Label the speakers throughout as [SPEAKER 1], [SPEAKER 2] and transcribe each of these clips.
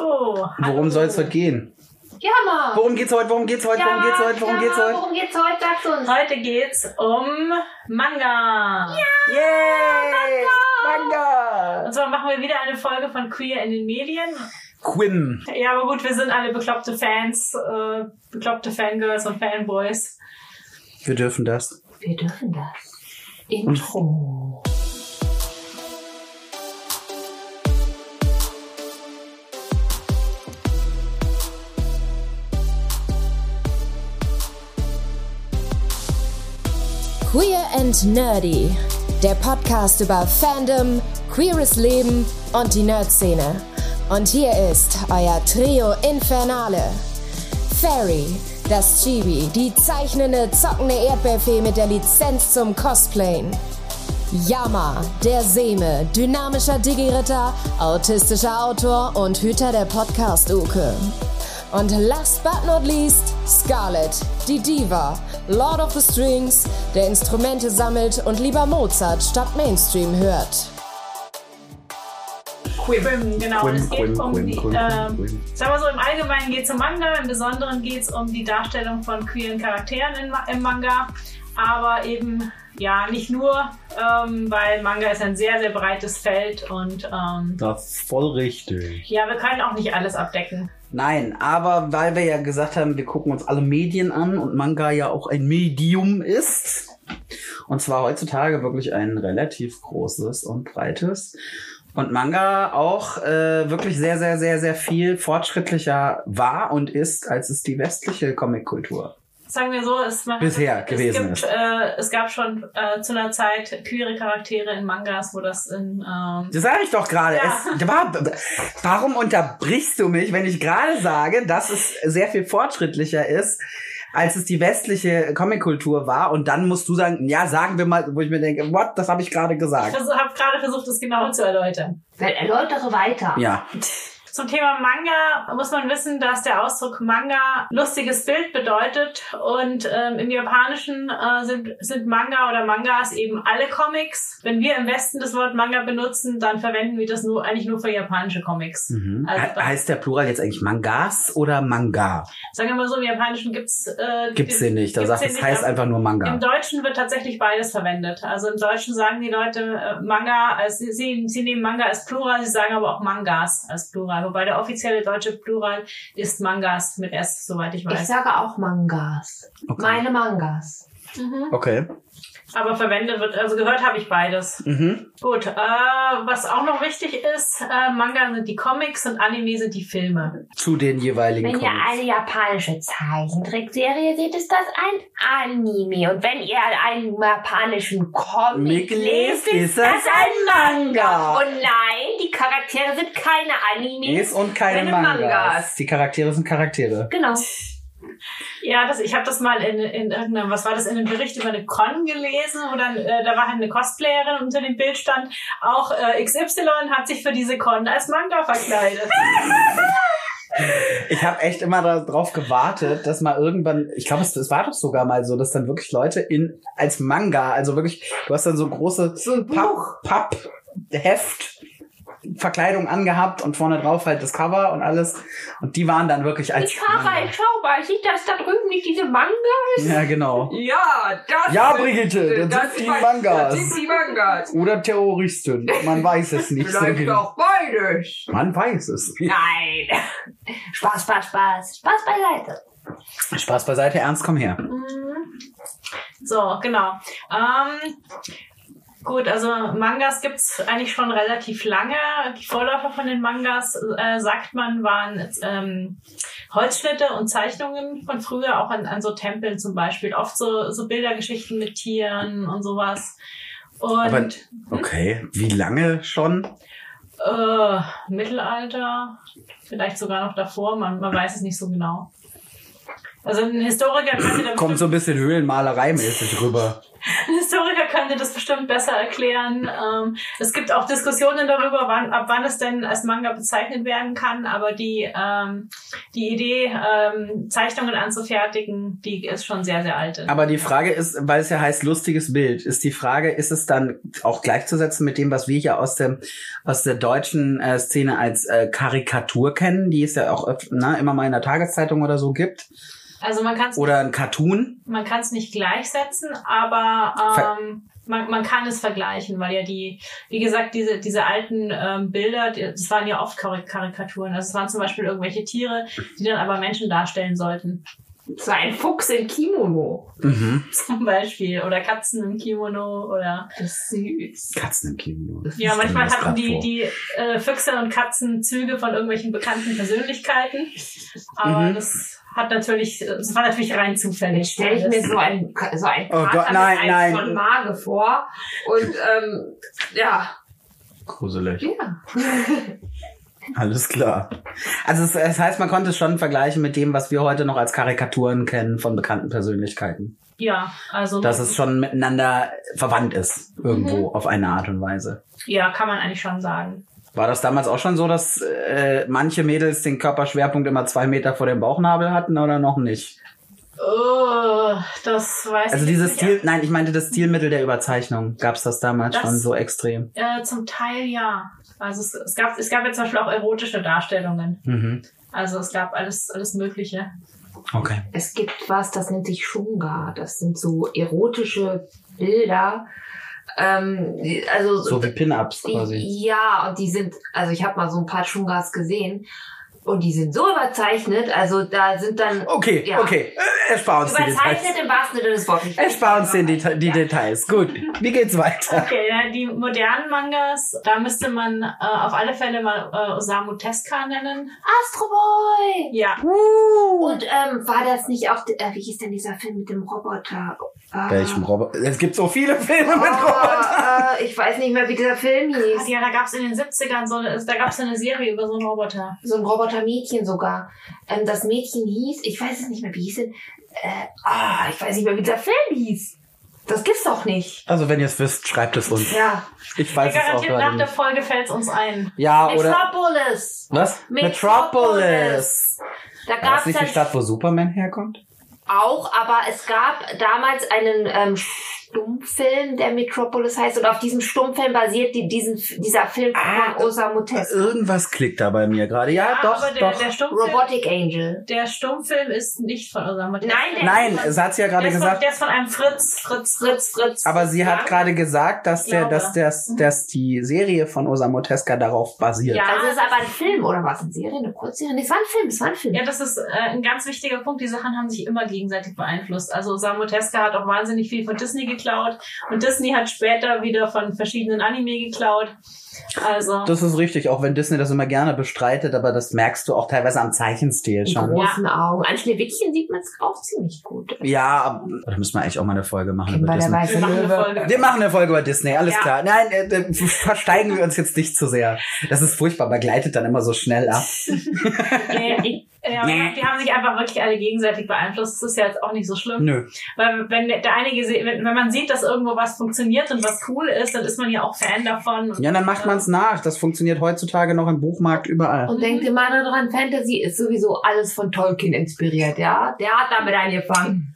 [SPEAKER 1] So. hallo.
[SPEAKER 2] Worum soll es heute gehen?
[SPEAKER 3] Ja, Mann.
[SPEAKER 2] Worum geht's heute? Worum geht's heute?
[SPEAKER 3] ja,
[SPEAKER 2] Worum geht's heute? Worum geht's
[SPEAKER 3] ja, Mann,
[SPEAKER 2] heute?
[SPEAKER 3] Worum geht's heute? Sag's uns.
[SPEAKER 1] Heute geht's um Manga.
[SPEAKER 2] Yay! Manga!
[SPEAKER 1] Und zwar machen wir wieder eine Folge von Queer in den Medien.
[SPEAKER 2] Quinn.
[SPEAKER 1] Ja, aber gut, wir sind alle bekloppte Fans, äh, bekloppte Fangirls und Fanboys.
[SPEAKER 2] Wir dürfen das.
[SPEAKER 3] Wir dürfen das. Intro.
[SPEAKER 4] Queer and Nerdy, der Podcast über Fandom, queeres Leben und die Nerd-Szene. Und hier ist euer Trio Infernale. Fairy, das Chibi, die zeichnende, zockende Erdbeerfee mit der Lizenz zum Cosplayen. Yama, der Seme, dynamischer Digi-Ritter, autistischer Autor und Hüter der Podcast-Uke. Und last but not least, Scarlett, die Diva, Lord of the Strings, der Instrumente sammelt und lieber Mozart statt Mainstream hört.
[SPEAKER 1] Quim, genau.
[SPEAKER 2] Quim,
[SPEAKER 1] es geht
[SPEAKER 2] Quim,
[SPEAKER 1] um
[SPEAKER 2] Quim,
[SPEAKER 1] die,
[SPEAKER 2] Quim,
[SPEAKER 1] ähm,
[SPEAKER 2] Quim.
[SPEAKER 1] Sagen wir so, im Allgemeinen geht's um Manga, im Besonderen geht's um die Darstellung von queeren Charakteren in, Ma- im Manga, aber eben ja nicht nur, ähm, weil Manga ist ein sehr, sehr breites Feld und ähm,
[SPEAKER 2] Das ist voll richtig.
[SPEAKER 1] ja, wir können auch nicht alles abdecken.
[SPEAKER 2] Nein, aber weil wir ja gesagt haben, wir gucken uns alle Medien an und Manga ja auch ein Medium ist. Und zwar heutzutage wirklich ein relativ großes und breites. Und Manga auch äh, wirklich sehr, sehr, sehr, sehr viel fortschrittlicher war und ist, als es die westliche Comickultur.
[SPEAKER 1] Sagen wir so, es macht,
[SPEAKER 2] Bisher
[SPEAKER 1] es
[SPEAKER 2] gewesen
[SPEAKER 1] gibt,
[SPEAKER 2] ist.
[SPEAKER 1] Äh, es gab schon äh, zu einer Zeit queere Charaktere in Mangas, wo das in ähm,
[SPEAKER 2] Das sage ich doch gerade.
[SPEAKER 1] Ja.
[SPEAKER 2] Es war- Warum unterbrichst du mich, wenn ich gerade sage, dass es sehr viel fortschrittlicher ist, als es die westliche Comickultur war? Und dann musst du sagen, ja, sagen wir mal, wo ich mir denke, what, das habe ich gerade
[SPEAKER 1] ich
[SPEAKER 2] gesagt.
[SPEAKER 1] habe gerade versucht, es genauer zu erläutern.
[SPEAKER 3] Dann erläutere weiter.
[SPEAKER 2] Ja,
[SPEAKER 1] Zum Thema Manga muss man wissen, dass der Ausdruck Manga lustiges Bild bedeutet und ähm, im Japanischen äh, sind, sind Manga oder Mangas eben alle Comics. Wenn wir im Westen das Wort Manga benutzen, dann verwenden wir das nur eigentlich nur für japanische Comics.
[SPEAKER 2] mhm.
[SPEAKER 1] Also,
[SPEAKER 2] He- heißt der Plural jetzt eigentlich Mangas oder Manga?
[SPEAKER 1] sagen wir mal so, im Japanischen gibt's äh,
[SPEAKER 2] Gibt's den nicht. Da
[SPEAKER 1] gibt's
[SPEAKER 2] sagt
[SPEAKER 1] den
[SPEAKER 2] es
[SPEAKER 1] nicht,
[SPEAKER 2] heißt
[SPEAKER 1] aber
[SPEAKER 2] einfach nur Manga.
[SPEAKER 1] Im Deutschen wird tatsächlich beides verwendet. Also im Deutschen sagen die Leute äh, Manga, als sie, sie sie nehmen Manga als Plural, sie sagen aber auch Mangas als Plural. Wobei der offizielle deutsche Plural ist Mangas mit S, soweit ich
[SPEAKER 3] Ich
[SPEAKER 1] weiß.
[SPEAKER 3] sage auch Mangas.
[SPEAKER 2] Okay.
[SPEAKER 3] Meine Mangas.
[SPEAKER 2] Okay.
[SPEAKER 1] Aber verwendet wird, also gehört habe ich beides.
[SPEAKER 2] Mhm.
[SPEAKER 1] Gut, äh, was auch noch wichtig ist, äh, Manga sind die Comics und Anime sind die Filme.
[SPEAKER 2] Zu den jeweiligen
[SPEAKER 3] Wenn ihr
[SPEAKER 2] Comics.
[SPEAKER 3] eine japanische Zeichentrickserie seht, ist das ein Anime. Und wenn ihr einen japanischen
[SPEAKER 2] Mick
[SPEAKER 3] Comic lest, ist das ein Manga. Und nein, die Charaktere sind keine Animes.
[SPEAKER 2] Ist und keine
[SPEAKER 3] keine
[SPEAKER 2] Mangas.
[SPEAKER 3] Mangas.
[SPEAKER 2] Die Charaktere sind Charaktere.
[SPEAKER 3] Genau.
[SPEAKER 1] Ja, das, ich habe das mal in, in irgendeinem, was war das, in einem Bericht über eine Con gelesen, wo dann, äh, da war halt eine Cosplayerin und unter dem Bild stand, auch äh, XY hat sich für diese Con als Manga verkleidet.
[SPEAKER 2] Ich habe echt immer darauf gewartet, dass mal irgendwann, ich glaube, es, es war doch sogar mal so, dass dann wirklich Leute in als Manga, also wirklich, du hast dann so große
[SPEAKER 3] So ein Buch.
[SPEAKER 2] Papp, Papp Heft Verkleidung angehabt und vorne drauf halt das Cover und alles und die waren dann wirklich als
[SPEAKER 3] Ich fahre
[SPEAKER 2] Manga.
[SPEAKER 3] ein Schauber. Sieht das da drüben nicht diese Manga?
[SPEAKER 2] Ja, genau.
[SPEAKER 3] Ja, das
[SPEAKER 2] Ja, Brigitte, das, sind die Mangas
[SPEAKER 3] die Mangas.
[SPEAKER 2] oder Terroristen. Man weiß es nicht so genau.
[SPEAKER 3] beides.
[SPEAKER 2] Man weiß es. nicht.
[SPEAKER 3] Nein. Spaß, Spaß, Spaß. Spaß beiseite.
[SPEAKER 2] Spaß beiseite, Ernst, komm her.
[SPEAKER 3] Mhm.
[SPEAKER 1] So, genau. Ähm, gut, also Mangas gibt's eigentlich schon relativ lange. Die Vorläufer von den Mangas, äh, sagt man, waren ähm, Holzschnitte und Zeichnungen von früher, auch an, an so Tempeln zum Beispiel. Oft so, so Bildergeschichten mit Tieren und sowas.
[SPEAKER 2] Aber
[SPEAKER 1] Und
[SPEAKER 2] okay, wie lange schon?
[SPEAKER 1] äh, Mittelalter, vielleicht sogar noch davor, man, man weiß es nicht so genau. Also ein Historiker könnte da
[SPEAKER 2] Kommt
[SPEAKER 1] bestimmt-
[SPEAKER 2] so ein bisschen Höhlenmalerei-mäßig rüber.
[SPEAKER 1] Ein Historiker könnte das bestimmt besser erklären. Ähm, es gibt auch Diskussionen darüber, wann, ab wann es denn als Manga bezeichnet werden kann, aber die, ähm, die Idee, ähm, Zeichnungen anzufertigen, die ist schon sehr, sehr alt.
[SPEAKER 2] Aber die Frage ist, weil es ja heißt lustiges Bild, ist die Frage, ist es dann auch gleichzusetzen mit dem, was wir hier aus der, aus der deutschen äh, Szene als äh, Karikatur kennen, die es ja auch öf- na, immer mal in der Tageszeitung oder so gibt,
[SPEAKER 1] also man kann es
[SPEAKER 2] oder ein Cartoon?
[SPEAKER 1] man kann es nicht gleichsetzen, aber
[SPEAKER 2] Ver-
[SPEAKER 1] ähm, man, man kann es vergleichen, weil ja die, wie gesagt, diese, diese alten ähm, Bilder, die, das waren ja oft Karik- Karikaturen. Also es waren zum Beispiel irgendwelche Tiere, die dann aber Menschen darstellen sollten.
[SPEAKER 3] So ein Fuchs in Kimono.
[SPEAKER 2] Mhm.
[SPEAKER 1] Zum Beispiel. Oder Katzen im Kimono oder.
[SPEAKER 3] Das ist süß.
[SPEAKER 2] Katzen im Kino. Das
[SPEAKER 1] Ja,
[SPEAKER 2] ist
[SPEAKER 1] manchmal
[SPEAKER 2] irgendwas
[SPEAKER 1] hatten die,
[SPEAKER 2] davor.
[SPEAKER 1] die äh, Füchse und Katzen Züge von irgendwelchen bekannten Persönlichkeiten. Aber
[SPEAKER 2] Mhm.
[SPEAKER 1] das hat natürlich, das war natürlich rein
[SPEAKER 3] Dann
[SPEAKER 1] zufällig.
[SPEAKER 3] stelle ich mir
[SPEAKER 1] alles.
[SPEAKER 3] so ein, so ein
[SPEAKER 2] Oh Gott,
[SPEAKER 3] Kater
[SPEAKER 2] nein,
[SPEAKER 3] mit
[SPEAKER 2] nein.
[SPEAKER 3] Eis von Mage vor. Und ähm, ja,
[SPEAKER 2] Gruselig.
[SPEAKER 3] ja.
[SPEAKER 2] Alles klar. Also es, es heißt, man konnte es schon vergleichen mit dem, was wir heute noch als Karikaturen kennen von bekannten Persönlichkeiten.
[SPEAKER 1] Ja, also
[SPEAKER 2] Dass es schon miteinander verwandt ist, irgendwo
[SPEAKER 1] Mhm.
[SPEAKER 2] auf eine Art und Weise.
[SPEAKER 1] ja, kann man eigentlich schon sagen.
[SPEAKER 2] War das damals auch schon so, dass äh, manche Mädels den Körperschwerpunkt immer zwei Meter vor dem Bauchnabel hatten oder noch nicht?
[SPEAKER 1] Oh, das weiß
[SPEAKER 2] Also
[SPEAKER 1] ich
[SPEAKER 2] dieses
[SPEAKER 1] nicht.
[SPEAKER 2] Stil, nein, ich meinte das Stilmittel der Überzeichnung. Gab es das damals
[SPEAKER 1] Das-
[SPEAKER 2] schon so extrem?
[SPEAKER 1] Äh, zum Teil ja. Also es, es, gab, es gab ja zum Beispiel auch erotische Darstellungen.
[SPEAKER 2] Mhm.
[SPEAKER 1] Also es gab alles, alles Mögliche.
[SPEAKER 2] Okay.
[SPEAKER 3] Es gibt was, das nennt sich Shunga. Das sind so erotische Bilder. Ähm, die- also
[SPEAKER 2] So wie Pin-ups
[SPEAKER 3] Die-
[SPEAKER 2] quasi.
[SPEAKER 3] Ja, und die sind, also ich habe mal so ein paar Chungas gesehen und die sind so überzeichnet, also da sind dann
[SPEAKER 2] Okay,
[SPEAKER 3] Ja.
[SPEAKER 2] okay. Äh, Erspar uns die Details.
[SPEAKER 3] überzeichnet im wahrsten Sinne des Wortes.
[SPEAKER 2] Erspar uns den Deta die
[SPEAKER 3] Ja.
[SPEAKER 2] Details. Gut, wie geht's weiter?
[SPEAKER 1] Okay, ja, die modernen Mangas, da müsste man äh, auf alle Fälle mal äh, Osamu Tezuka nennen.
[SPEAKER 3] Astro Boy!
[SPEAKER 1] Ja,
[SPEAKER 3] Und ähm, war das nicht auch, äh, wie hieß denn dieser Film mit dem Roboter? Äh,
[SPEAKER 2] Welchem Roboter? Es gibt so viele Filme mit Robotern.
[SPEAKER 3] Oh, äh, ich weiß nicht mehr, wie dieser Film
[SPEAKER 1] Ach
[SPEAKER 3] hieß.
[SPEAKER 1] ja da gab's in den 70ern so eine, da gab's eine Serie über so einen Roboter.
[SPEAKER 3] So ein Roboter-Mädchen sogar. Ähm, das Mädchen hieß, ich weiß es nicht mehr, wie hieß denn, äh, ah, ich weiß nicht mehr, wie dieser Film hieß. Das gibt's doch nicht.
[SPEAKER 2] Also wenn ihr es wisst, schreibt es uns.
[SPEAKER 3] Ja.
[SPEAKER 2] Ich weiß es auch
[SPEAKER 1] Garantiert nach
[SPEAKER 2] gerade
[SPEAKER 1] der
[SPEAKER 2] nicht.
[SPEAKER 1] Folge fällt's uns ein.
[SPEAKER 2] Ja, oder...
[SPEAKER 3] Metropolis!
[SPEAKER 2] Was?
[SPEAKER 3] Metropolis. Da
[SPEAKER 2] War
[SPEAKER 3] gab
[SPEAKER 2] das
[SPEAKER 3] es
[SPEAKER 2] nicht die Stadt, wo Superman herkommt?
[SPEAKER 3] auch, aber es gab damals einen ähm, Stummfilm, der Metropolis heißt, und auf diesem Stummfilm basiert die, diesen, dieser Film
[SPEAKER 2] Ah,
[SPEAKER 3] von Osamu Tezuka.
[SPEAKER 2] Irgendwas klickt da bei mir gerade. Ja, doch,
[SPEAKER 1] Ah, aber der,
[SPEAKER 2] doch.
[SPEAKER 1] Der Stummfilm,
[SPEAKER 3] Robotic Angel.
[SPEAKER 1] der Stummfilm ist nicht von Osamu Tezuka.
[SPEAKER 3] Nein, der-
[SPEAKER 2] Nein, es hat sie ja
[SPEAKER 1] der
[SPEAKER 2] gerade
[SPEAKER 1] ist, von,
[SPEAKER 2] gesagt.
[SPEAKER 1] der ist von einem Fritz, Fritz, Fritz, Fritz.
[SPEAKER 2] Aber sie hat
[SPEAKER 1] Ja.
[SPEAKER 2] gerade gesagt, dass der,
[SPEAKER 1] Glaube.
[SPEAKER 2] dass, der, dass die Serie von Osamu Tezuka darauf basiert.
[SPEAKER 1] Ja.
[SPEAKER 3] Also es ist aber ein Film, oder was? Eine Serie, eine Kurzserie? Nee, es war ein Film, es war ein Film.
[SPEAKER 1] Ja, das ist äh, ein ganz wichtiger Punkt. Die Sachen haben sich immer gegenseitig beeinflusst. Also Osamu Tezuka hat auch wahnsinnig viel von Disney geklaut und Disney hat später wieder von verschiedenen Anime geklaut. Also
[SPEAKER 2] Das ist richtig, auch wenn Disney das immer gerne bestreitet, aber das merkst du auch teilweise am Zeichenstil
[SPEAKER 3] Mit
[SPEAKER 2] schon.
[SPEAKER 3] großen Augen. An Schneewittchen sieht man es auch ziemlich gut.
[SPEAKER 2] Ja, aber- da müssen wir eigentlich auch mal eine Folge machen
[SPEAKER 3] Bei
[SPEAKER 2] über
[SPEAKER 3] der
[SPEAKER 2] Disney.
[SPEAKER 3] Weiße
[SPEAKER 1] wir machen eine
[SPEAKER 3] Löwe.
[SPEAKER 1] Folge.
[SPEAKER 2] Wir machen eine Folge über Disney, alles
[SPEAKER 1] Ja.
[SPEAKER 2] klar. Nein, äh, äh, versteigen wir uns jetzt nicht zu sehr. Das ist furchtbar, man gleitet dann immer so schnell ab.
[SPEAKER 1] Nee, ja, die haben sich einfach wirklich alle gegenseitig beeinflusst. Das ist ja jetzt auch nicht so schlimm.
[SPEAKER 2] Nö.
[SPEAKER 1] Weil wenn der eine gese- wenn, wenn man sieht, dass irgendwo was funktioniert und was cool ist, dann ist man ja auch Fan davon.
[SPEAKER 2] Ja, dann macht man es nach. Das funktioniert heutzutage noch im Buchmarkt überall.
[SPEAKER 3] Und denkt immer daran, Fantasy ist sowieso alles von Tolkien inspiriert, ja? Der hat damit angefangen.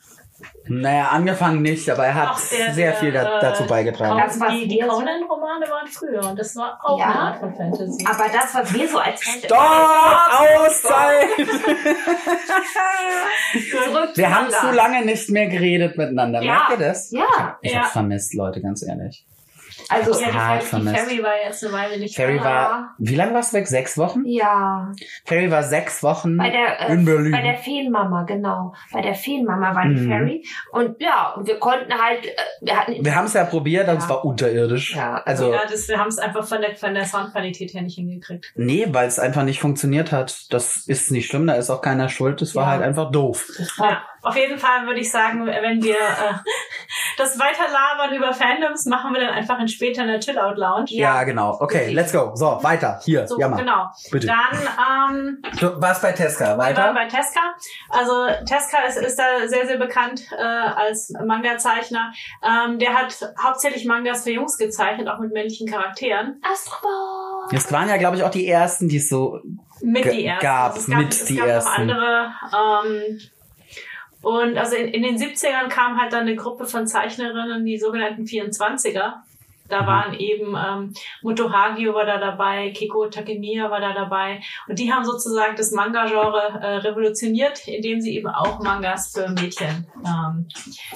[SPEAKER 2] Naja, angefangen nicht, aber er hat
[SPEAKER 1] Auch sehr,
[SPEAKER 2] sehr,
[SPEAKER 1] sehr,
[SPEAKER 2] viel da,
[SPEAKER 1] äh,
[SPEAKER 2] dazu beigetragen.
[SPEAKER 3] Das, was
[SPEAKER 1] die die
[SPEAKER 3] wir so-
[SPEAKER 1] Conan-Romane waren früher und das war auch
[SPEAKER 3] Ja.
[SPEAKER 1] eine Art von Fantasy.
[SPEAKER 3] Aber das, was wir so als Fantasy...
[SPEAKER 2] Doch, Auszeit!
[SPEAKER 3] Zurück
[SPEAKER 2] Wir
[SPEAKER 3] zu
[SPEAKER 2] haben
[SPEAKER 3] Manga.
[SPEAKER 2] zu lange nicht mehr geredet miteinander.
[SPEAKER 3] Ja.
[SPEAKER 2] Merkt ihr das?
[SPEAKER 3] Ja,
[SPEAKER 2] Ich
[SPEAKER 1] Ja.
[SPEAKER 2] hab's vermisst, Leute, ganz ehrlich.
[SPEAKER 3] also
[SPEAKER 1] ja, die, Fer-
[SPEAKER 2] hart
[SPEAKER 1] die
[SPEAKER 2] vermisst.
[SPEAKER 1] Ferry war jetzt eine Weile nicht
[SPEAKER 2] Ferry
[SPEAKER 1] da.
[SPEAKER 2] war, wie lange warst du weg? Sechs Wochen?
[SPEAKER 3] ja,
[SPEAKER 2] Ferry war sechs Wochen
[SPEAKER 3] bei der äh,
[SPEAKER 2] in Berlin.
[SPEAKER 3] bei der Feenmama, genau. Bei der Feenmama war die
[SPEAKER 2] Mhm.
[SPEAKER 3] Ferry und ja, und wir konnten halt äh, wir hatten
[SPEAKER 2] Wir haben es ja probiert, aber
[SPEAKER 3] Ja.
[SPEAKER 2] es war unterirdisch.
[SPEAKER 3] Ja,
[SPEAKER 2] also,
[SPEAKER 1] Ja, das, wir haben es einfach von der, von der Soundqualität her nicht hingekriegt.
[SPEAKER 2] nee, weil es einfach nicht funktioniert hat. Das ist nicht schlimm, da ist auch keiner schuld. Das war
[SPEAKER 3] Ja.
[SPEAKER 2] halt einfach doof.
[SPEAKER 3] das war,
[SPEAKER 1] Auf jeden Fall würde ich sagen, wenn wir äh, das Weiterlabern über Fandoms machen wir dann einfach in später in der Chill-Out-Lounge.
[SPEAKER 2] Ja, genau. Okay,
[SPEAKER 3] Okay.
[SPEAKER 2] let's go. So, weiter. Hier,
[SPEAKER 1] So,
[SPEAKER 2] Jammer.
[SPEAKER 1] genau.
[SPEAKER 2] Bitte.
[SPEAKER 1] Dann ähm,
[SPEAKER 2] Du warst bei Tesca.
[SPEAKER 1] Wir waren
[SPEAKER 2] Weiter.
[SPEAKER 1] bei Tesca. Also Tesca ist, ist da sehr, sehr bekannt äh, als Manga-Zeichner. Ähm, der hat hauptsächlich Mangas für Jungs gezeichnet, auch mit männlichen Charakteren.
[SPEAKER 3] Astrobot.
[SPEAKER 2] Das waren ja, glaube ich, auch die ersten, die es so.
[SPEAKER 1] Mit
[SPEAKER 2] Ge-
[SPEAKER 1] die ersten.
[SPEAKER 2] gab,
[SPEAKER 1] also
[SPEAKER 2] mit
[SPEAKER 1] es
[SPEAKER 2] die
[SPEAKER 1] gab
[SPEAKER 2] ersten.
[SPEAKER 1] noch andere. Ähm, und also in, in den 70ern kam halt dann eine Gruppe von Zeichnerinnen, die sogenannten 24er. Da
[SPEAKER 2] Mhm.
[SPEAKER 1] waren eben ähm, Moto Hagio war da dabei, Keiko Takemiya war da dabei. Und die haben sozusagen das Manga-Genre äh, revolutioniert, indem sie eben auch Mangas für Mädchen ähm,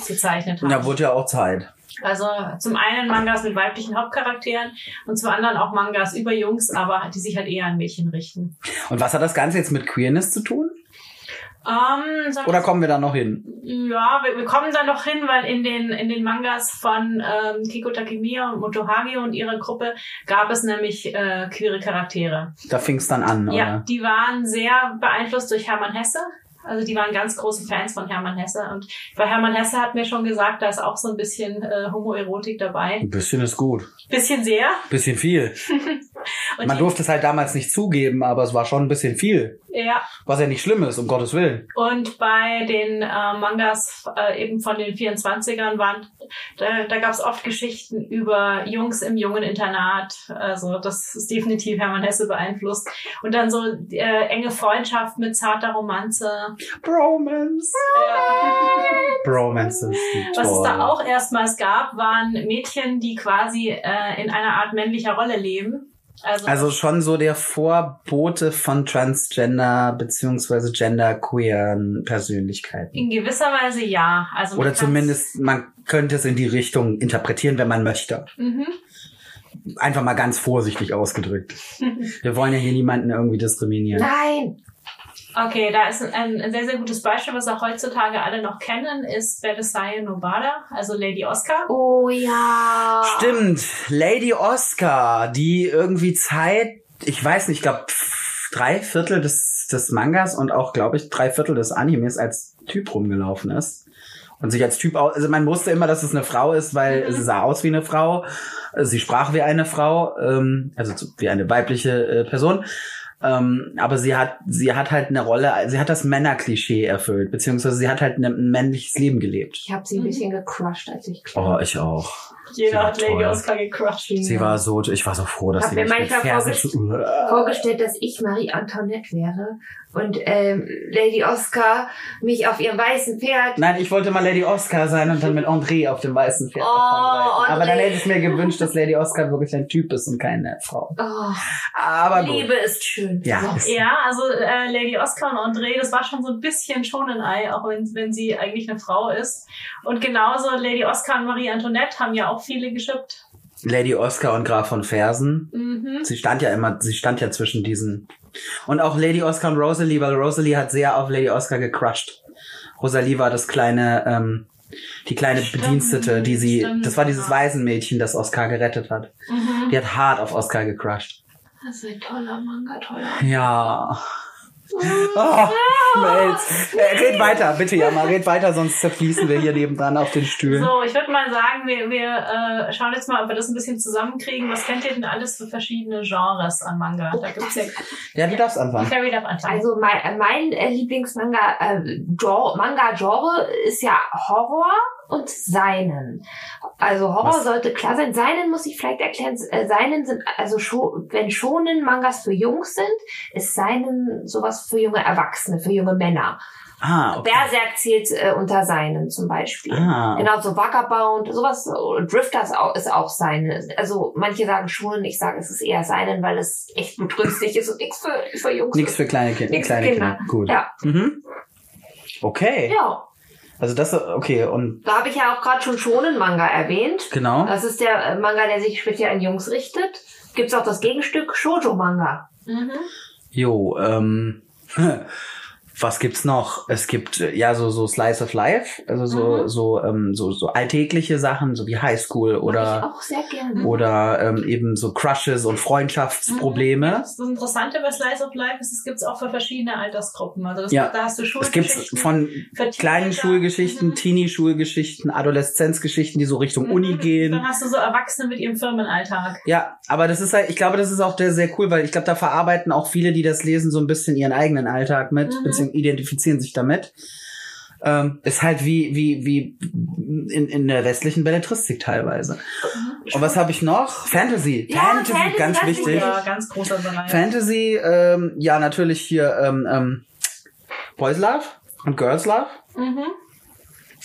[SPEAKER 1] gezeichnet haben.
[SPEAKER 2] Da wurde ja auch Zeit.
[SPEAKER 1] Also zum einen Mangas mit weiblichen Hauptcharakteren und zum anderen auch Mangas über Jungs, aber die sich halt eher an Mädchen richten.
[SPEAKER 2] Und was hat das Ganze jetzt mit Queerness zu tun?
[SPEAKER 1] Ähm, sag
[SPEAKER 2] Oder kommen wir da noch hin?
[SPEAKER 1] Ja, wir, wir kommen da noch hin, weil in den, in den Mangas von ähm, Kiko Takemiya und Moto Hagio und ihrer Gruppe gab es nämlich äh, queere Charaktere.
[SPEAKER 2] Da fing es dann an,
[SPEAKER 1] Ja,
[SPEAKER 2] oder?
[SPEAKER 1] die waren sehr beeinflusst durch Hermann Hesse. Also die waren ganz große Fans von Hermann Hesse. Und bei Hermann Hesse hat mir schon gesagt, da ist auch so ein bisschen äh, Homoerotik dabei.
[SPEAKER 2] Ein bisschen ist gut.
[SPEAKER 1] Bisschen sehr.
[SPEAKER 2] Bisschen viel.
[SPEAKER 1] Und
[SPEAKER 2] Man
[SPEAKER 1] die,
[SPEAKER 2] durfte es halt damals nicht zugeben, aber es war schon ein bisschen viel.
[SPEAKER 1] ja,
[SPEAKER 2] Was ja nicht schlimm ist, um Gottes Willen.
[SPEAKER 1] Und bei den äh, Mangas äh, eben von den 24ern waren, da, da gab es oft Geschichten über Jungs im jungen Internat. Also das ist definitiv Hermann Hesse beeinflusst. Und dann so äh, enge Freundschaft mit zarter Romanze.
[SPEAKER 2] Bromance.
[SPEAKER 1] Ja.
[SPEAKER 2] Bromance ist die
[SPEAKER 1] Was es da
[SPEAKER 2] tolle.
[SPEAKER 1] auch erstmals gab, waren Mädchen, die quasi äh, in einer Art männlicher Rolle leben. Also,
[SPEAKER 2] Also schon so der Vorbote von Transgender beziehungsweise genderqueeren Persönlichkeiten.
[SPEAKER 1] in gewisser Weise ja. Also man
[SPEAKER 2] Oder
[SPEAKER 1] kann's-
[SPEAKER 2] zumindest, man könnte es in die Richtung interpretieren, wenn man möchte.
[SPEAKER 1] Mhm.
[SPEAKER 2] Einfach mal ganz vorsichtig ausgedrückt. Wir wollen ja hier niemanden irgendwie diskriminieren.
[SPEAKER 3] Nein.
[SPEAKER 1] Okay, da ist ein, ein sehr, sehr gutes Beispiel, was auch heutzutage alle noch kennen, ist Bedesai Nobara, also Lady Oscar.
[SPEAKER 3] Oh ja.
[SPEAKER 2] Stimmt, Lady Oscar, die irgendwie Zeit, ich weiß nicht, ich glaube drei Viertel des, des Mangas und auch, glaube ich, drei Viertel des Animes als Typ rumgelaufen ist. Und sich als Typ aus, also man wusste immer, dass es eine Frau ist, weil
[SPEAKER 1] Mhm.
[SPEAKER 2] sie sah aus wie eine Frau, äh, sie sprach wie eine Frau, ähm, also zu- wie eine weibliche äh, Person. Ähm, aber sie hat, sie hat halt eine Rolle, sie hat das Männerklischee erfüllt, beziehungsweise sie hat halt ne- ein männliches Leben gelebt.
[SPEAKER 3] Ich habe sie ein bisschen gecrushed, als ich
[SPEAKER 2] Oh, ich auch.
[SPEAKER 1] Jeder
[SPEAKER 2] Ja,
[SPEAKER 1] hat Lady
[SPEAKER 2] toll.
[SPEAKER 1] Oscar gecrushed.
[SPEAKER 2] Sie war so, ich war so froh, dass
[SPEAKER 3] Hab
[SPEAKER 2] sie
[SPEAKER 3] mir
[SPEAKER 2] nicht mit
[SPEAKER 3] manchmal
[SPEAKER 2] Fersen
[SPEAKER 3] vorgest-
[SPEAKER 2] zu-
[SPEAKER 3] vorgestellt, dass ich Marie Antoinette wäre und ähm, Lady Oscar mich auf ihrem weißen Pferd.
[SPEAKER 2] Nein, ich wollte mal Lady Oscar sein und dann mit André auf dem weißen Pferd.
[SPEAKER 3] Oh,
[SPEAKER 2] davonreiten. Aber dann
[SPEAKER 3] André.
[SPEAKER 2] hätte ich mir gewünscht, dass Lady Oscar wirklich ein Typ ist und keine Frau.
[SPEAKER 3] Oh,
[SPEAKER 2] Aber gut.
[SPEAKER 3] Liebe ist schön.
[SPEAKER 2] Ja,
[SPEAKER 3] So.
[SPEAKER 2] ist-
[SPEAKER 1] Ja, also äh, Lady Oscar und André, das war schon so ein bisschen Schonenei, auch wenn, wenn sie eigentlich eine Frau ist. Und genauso Lady Oscar und Marie Antoinette haben ja auch viele geschippt.
[SPEAKER 2] Lady Oscar und Graf von Fersen.
[SPEAKER 1] Mhm.
[SPEAKER 2] Sie stand ja immer, sie stand ja zwischen diesen. Und auch Lady Oscar und Rosalie, weil Rosalie hat sehr auf Lady Oscar gecrushed. Rosalie war das kleine, ähm, die kleine
[SPEAKER 1] Stimmt,
[SPEAKER 2] Bedienstete, die sie,
[SPEAKER 1] stimmt,
[SPEAKER 2] das war dieses
[SPEAKER 1] genau.
[SPEAKER 2] Waisenmädchen, das Oscar gerettet hat.
[SPEAKER 1] Mhm.
[SPEAKER 2] Die hat hart auf Oscar gecrushed.
[SPEAKER 3] Das ist ein toller Manga, toller.
[SPEAKER 2] Ja. Oh, Mels. Äh, red weiter, bitte, Jammer, red weiter, sonst zerfließen wir hier nebendran auf den Stühlen.
[SPEAKER 1] So, ich würde mal sagen, wir, wir äh, schauen jetzt mal, ob wir das ein bisschen zusammenkriegen. Was kennt ihr denn alles für verschiedene Genres an Manga? Da gibt's ja
[SPEAKER 2] Ja, du darfst anfangen.
[SPEAKER 1] Carrie darf anfangen.
[SPEAKER 3] Also mein, äh, mein äh, Lieblingsmanga äh, Genre, Manga Genre ist ja Horror und Seinen. Also Horror
[SPEAKER 2] Was?
[SPEAKER 3] sollte klar sein. Seinen muss ich vielleicht erklären. S- Äh, Seinen sind also scho wenn schonen Mangas für Jungs sind, ist Seinen sowas für junge Erwachsene, für junge Männer.
[SPEAKER 2] Ah, okay.
[SPEAKER 3] Berserk zählt äh, unter seinen zum Beispiel.
[SPEAKER 2] Ah, okay.
[SPEAKER 3] Genau, so Vagabond, sowas, äh, Drifters au- ist auch seine. Also manche sagen schon, ich sage, es ist eher seinen, weil es echt blutrünstig ist und nichts für, für Jungs.
[SPEAKER 2] Nix
[SPEAKER 3] ist.
[SPEAKER 2] für kleine, kind,
[SPEAKER 3] Nix für
[SPEAKER 2] kleine Kinder.
[SPEAKER 3] Kinder.
[SPEAKER 2] Gut.
[SPEAKER 3] Ja.
[SPEAKER 2] Mhm. Okay.
[SPEAKER 3] Ja,
[SPEAKER 2] Also das, okay, und
[SPEAKER 3] da habe ich ja auch gerade schon schonen Manga erwähnt.
[SPEAKER 2] genau.
[SPEAKER 3] Das ist der äh, Manga, der sich speziell an Jungs richtet. Gibt's auch das Gegenstück Shoujo Manga.
[SPEAKER 1] Mhm.
[SPEAKER 2] Jo, ähm. Was gibt's noch? Es gibt äh, ja so so Slice of Life, also so so ähm, so so alltägliche Sachen, so wie Highschool
[SPEAKER 3] ich
[SPEAKER 2] oder
[SPEAKER 3] auch sehr gerne.
[SPEAKER 2] oder ähm, eben so Crushes und Freundschaftsprobleme.
[SPEAKER 1] Das Interessante bei Slice of Life ist, es gibt es auch für verschiedene Altersgruppen. Also das,
[SPEAKER 2] Ja.
[SPEAKER 1] da hast du
[SPEAKER 2] Es gibt
[SPEAKER 1] Schulgeschichten.
[SPEAKER 2] von
[SPEAKER 1] für
[SPEAKER 2] kleinen
[SPEAKER 1] Teenager.
[SPEAKER 2] Schulgeschichten,
[SPEAKER 1] Mhm.
[SPEAKER 2] Teenie-Schulgeschichten, Adoleszenzgeschichten, die so Richtung
[SPEAKER 1] Mhm.
[SPEAKER 2] Uni gehen.
[SPEAKER 1] Dann hast du so Erwachsene mit ihrem Firmenalltag.
[SPEAKER 2] Ja, aber das ist halt, ich glaube, das ist auch der sehr cool, weil ich glaube, da verarbeiten auch viele, die das lesen, so ein bisschen ihren eigenen Alltag mit,
[SPEAKER 1] Mhm.
[SPEAKER 2] beziehungsweise identifizieren sich damit. Ähm, ist halt wie, wie, wie in, in der westlichen Belletristik teilweise. Und was habe ich noch? Fantasy.
[SPEAKER 3] Mhm. Ja, Fantasy,
[SPEAKER 2] ganz
[SPEAKER 3] das ist
[SPEAKER 2] wichtig.
[SPEAKER 1] Ja, ganz großer Bereich.
[SPEAKER 2] Fantasy, ähm, ja, natürlich hier ähm, ähm, Boys Love und Girls Love.
[SPEAKER 1] Mhm.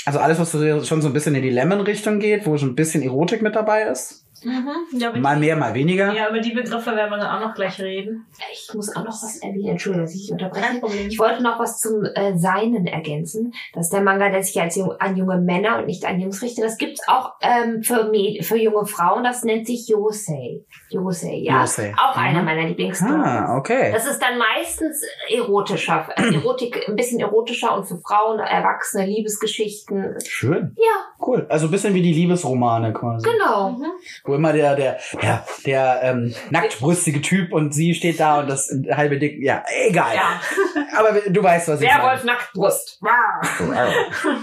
[SPEAKER 2] Also alles, was so- schon so ein bisschen in die Lemon-Richtung geht, wo schon ein bisschen Erotik mit dabei ist.
[SPEAKER 1] Mhm. Ja, aber
[SPEAKER 2] Mal mehr, mal weniger.
[SPEAKER 1] Ja, über die Begriffe werden wir dann auch noch gleich reden.
[SPEAKER 3] Ich muss auch noch was erwähnen. Entschuldigung, dass ich unterbreche.
[SPEAKER 1] Kein Problem.
[SPEAKER 3] Ich wollte noch was zum äh, Seinen ergänzen. Das ist der Manga, der sich als jung, an junge Männer und nicht an Jungs richtet. Das gibt's auch ähm, für, Mäd- für junge Frauen. Das nennt sich Yosei. Yosei, ja.
[SPEAKER 2] Yosei.
[SPEAKER 3] Auch
[SPEAKER 2] Mhm.
[SPEAKER 3] einer meiner Lieblingsstories.
[SPEAKER 2] Ah, okay.
[SPEAKER 3] Das ist dann meistens erotischer, äh, Erotik ein bisschen erotischer und für Frauen, Erwachsene, Liebesgeschichten.
[SPEAKER 2] Schön.
[SPEAKER 3] Ja,
[SPEAKER 2] Cool. Also ein bisschen wie die Liebesromane quasi.
[SPEAKER 3] genau.
[SPEAKER 1] Mhm.
[SPEAKER 2] Wo immer der, der, der, der ähm, nacktbrüstige Typ und sie steht da und das halbe dick. Ja, egal.
[SPEAKER 3] Ja.
[SPEAKER 2] Aber du weißt, was ich meine.
[SPEAKER 3] Werwolf Nacktbrust. Wow.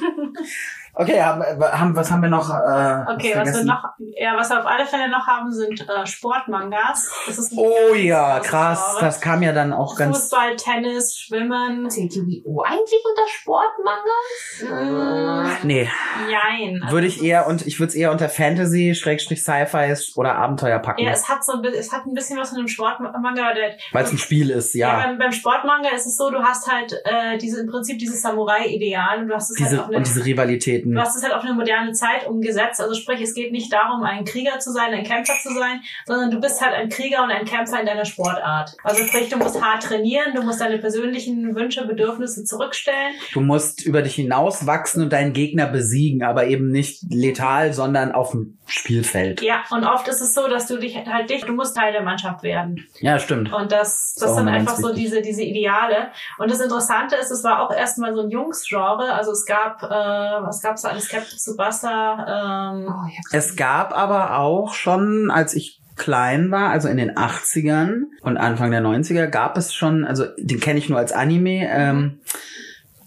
[SPEAKER 2] Okay, haben, haben, was haben wir noch? Äh,
[SPEAKER 1] Okay, was wir, noch, ja, was wir auf alle Fälle noch haben, sind äh, Sportmangas. Das ist ein
[SPEAKER 2] Oh
[SPEAKER 1] ganz
[SPEAKER 2] ja,
[SPEAKER 1] großes
[SPEAKER 2] krass.
[SPEAKER 1] Genre.
[SPEAKER 2] Das kam ja dann auch ganz.
[SPEAKER 1] Fußball, Tennis, Schwimmen.
[SPEAKER 3] Zählt Yu-Gi-Oh! eigentlich unter Sportmanga?
[SPEAKER 1] Mm,
[SPEAKER 2] Nee,
[SPEAKER 1] jein.
[SPEAKER 2] würde ich eher und ich würde es eher unter Fantasy, Schrägstrich Sci-Fi oder Abenteuer packen.
[SPEAKER 1] Ja, es hat so ein, bi- es hat ein bisschen was von einem Sportmanga. aber Der,
[SPEAKER 2] Weil es ein Spiel ist, ja.
[SPEAKER 1] beim, beim Sportmanga ist es so, du hast halt äh, diese, im Prinzip dieses Samurai-Ideal und du hast es
[SPEAKER 2] diese,
[SPEAKER 1] halt auf eine,
[SPEAKER 2] und diese Rivalitäten.
[SPEAKER 1] du hast es halt auf eine moderne Zeit umgesetzt. Also sprich, es geht nicht darum, ein Krieger zu sein, ein Kämpfer zu sein, sondern du bist halt ein Krieger und ein Kämpfer in deiner Sportart. Also sprich, du musst hart trainieren, du musst deine persönlichen Wünsche, Bedürfnisse zurückstellen.
[SPEAKER 2] Du musst über dich hinauswachsen und deinen Gegner besiegen, aber eben nicht letal, sondern auf dem Spielfeld.
[SPEAKER 1] Ja, und oft ist es so, dass du dich halt dich, du musst Teil der Mannschaft werden.
[SPEAKER 2] Ja, stimmt.
[SPEAKER 1] Und das,
[SPEAKER 2] Ist
[SPEAKER 1] das
[SPEAKER 2] auch
[SPEAKER 1] sind
[SPEAKER 2] immer ganz
[SPEAKER 1] einfach so
[SPEAKER 2] wichtig.
[SPEAKER 1] diese, diese Ideale. Und das Interessante ist, es war auch erstmal so ein Jungs-Genre. Also es gab, äh, was gab's da alles? Captain Tsubasa, ähm,
[SPEAKER 3] Oh, ich hab's
[SPEAKER 2] Es gab aber auch schon, als ich klein war, also in den 80ern und Anfang der 90er, gab es schon, also den kenne ich nur als Anime, ähm,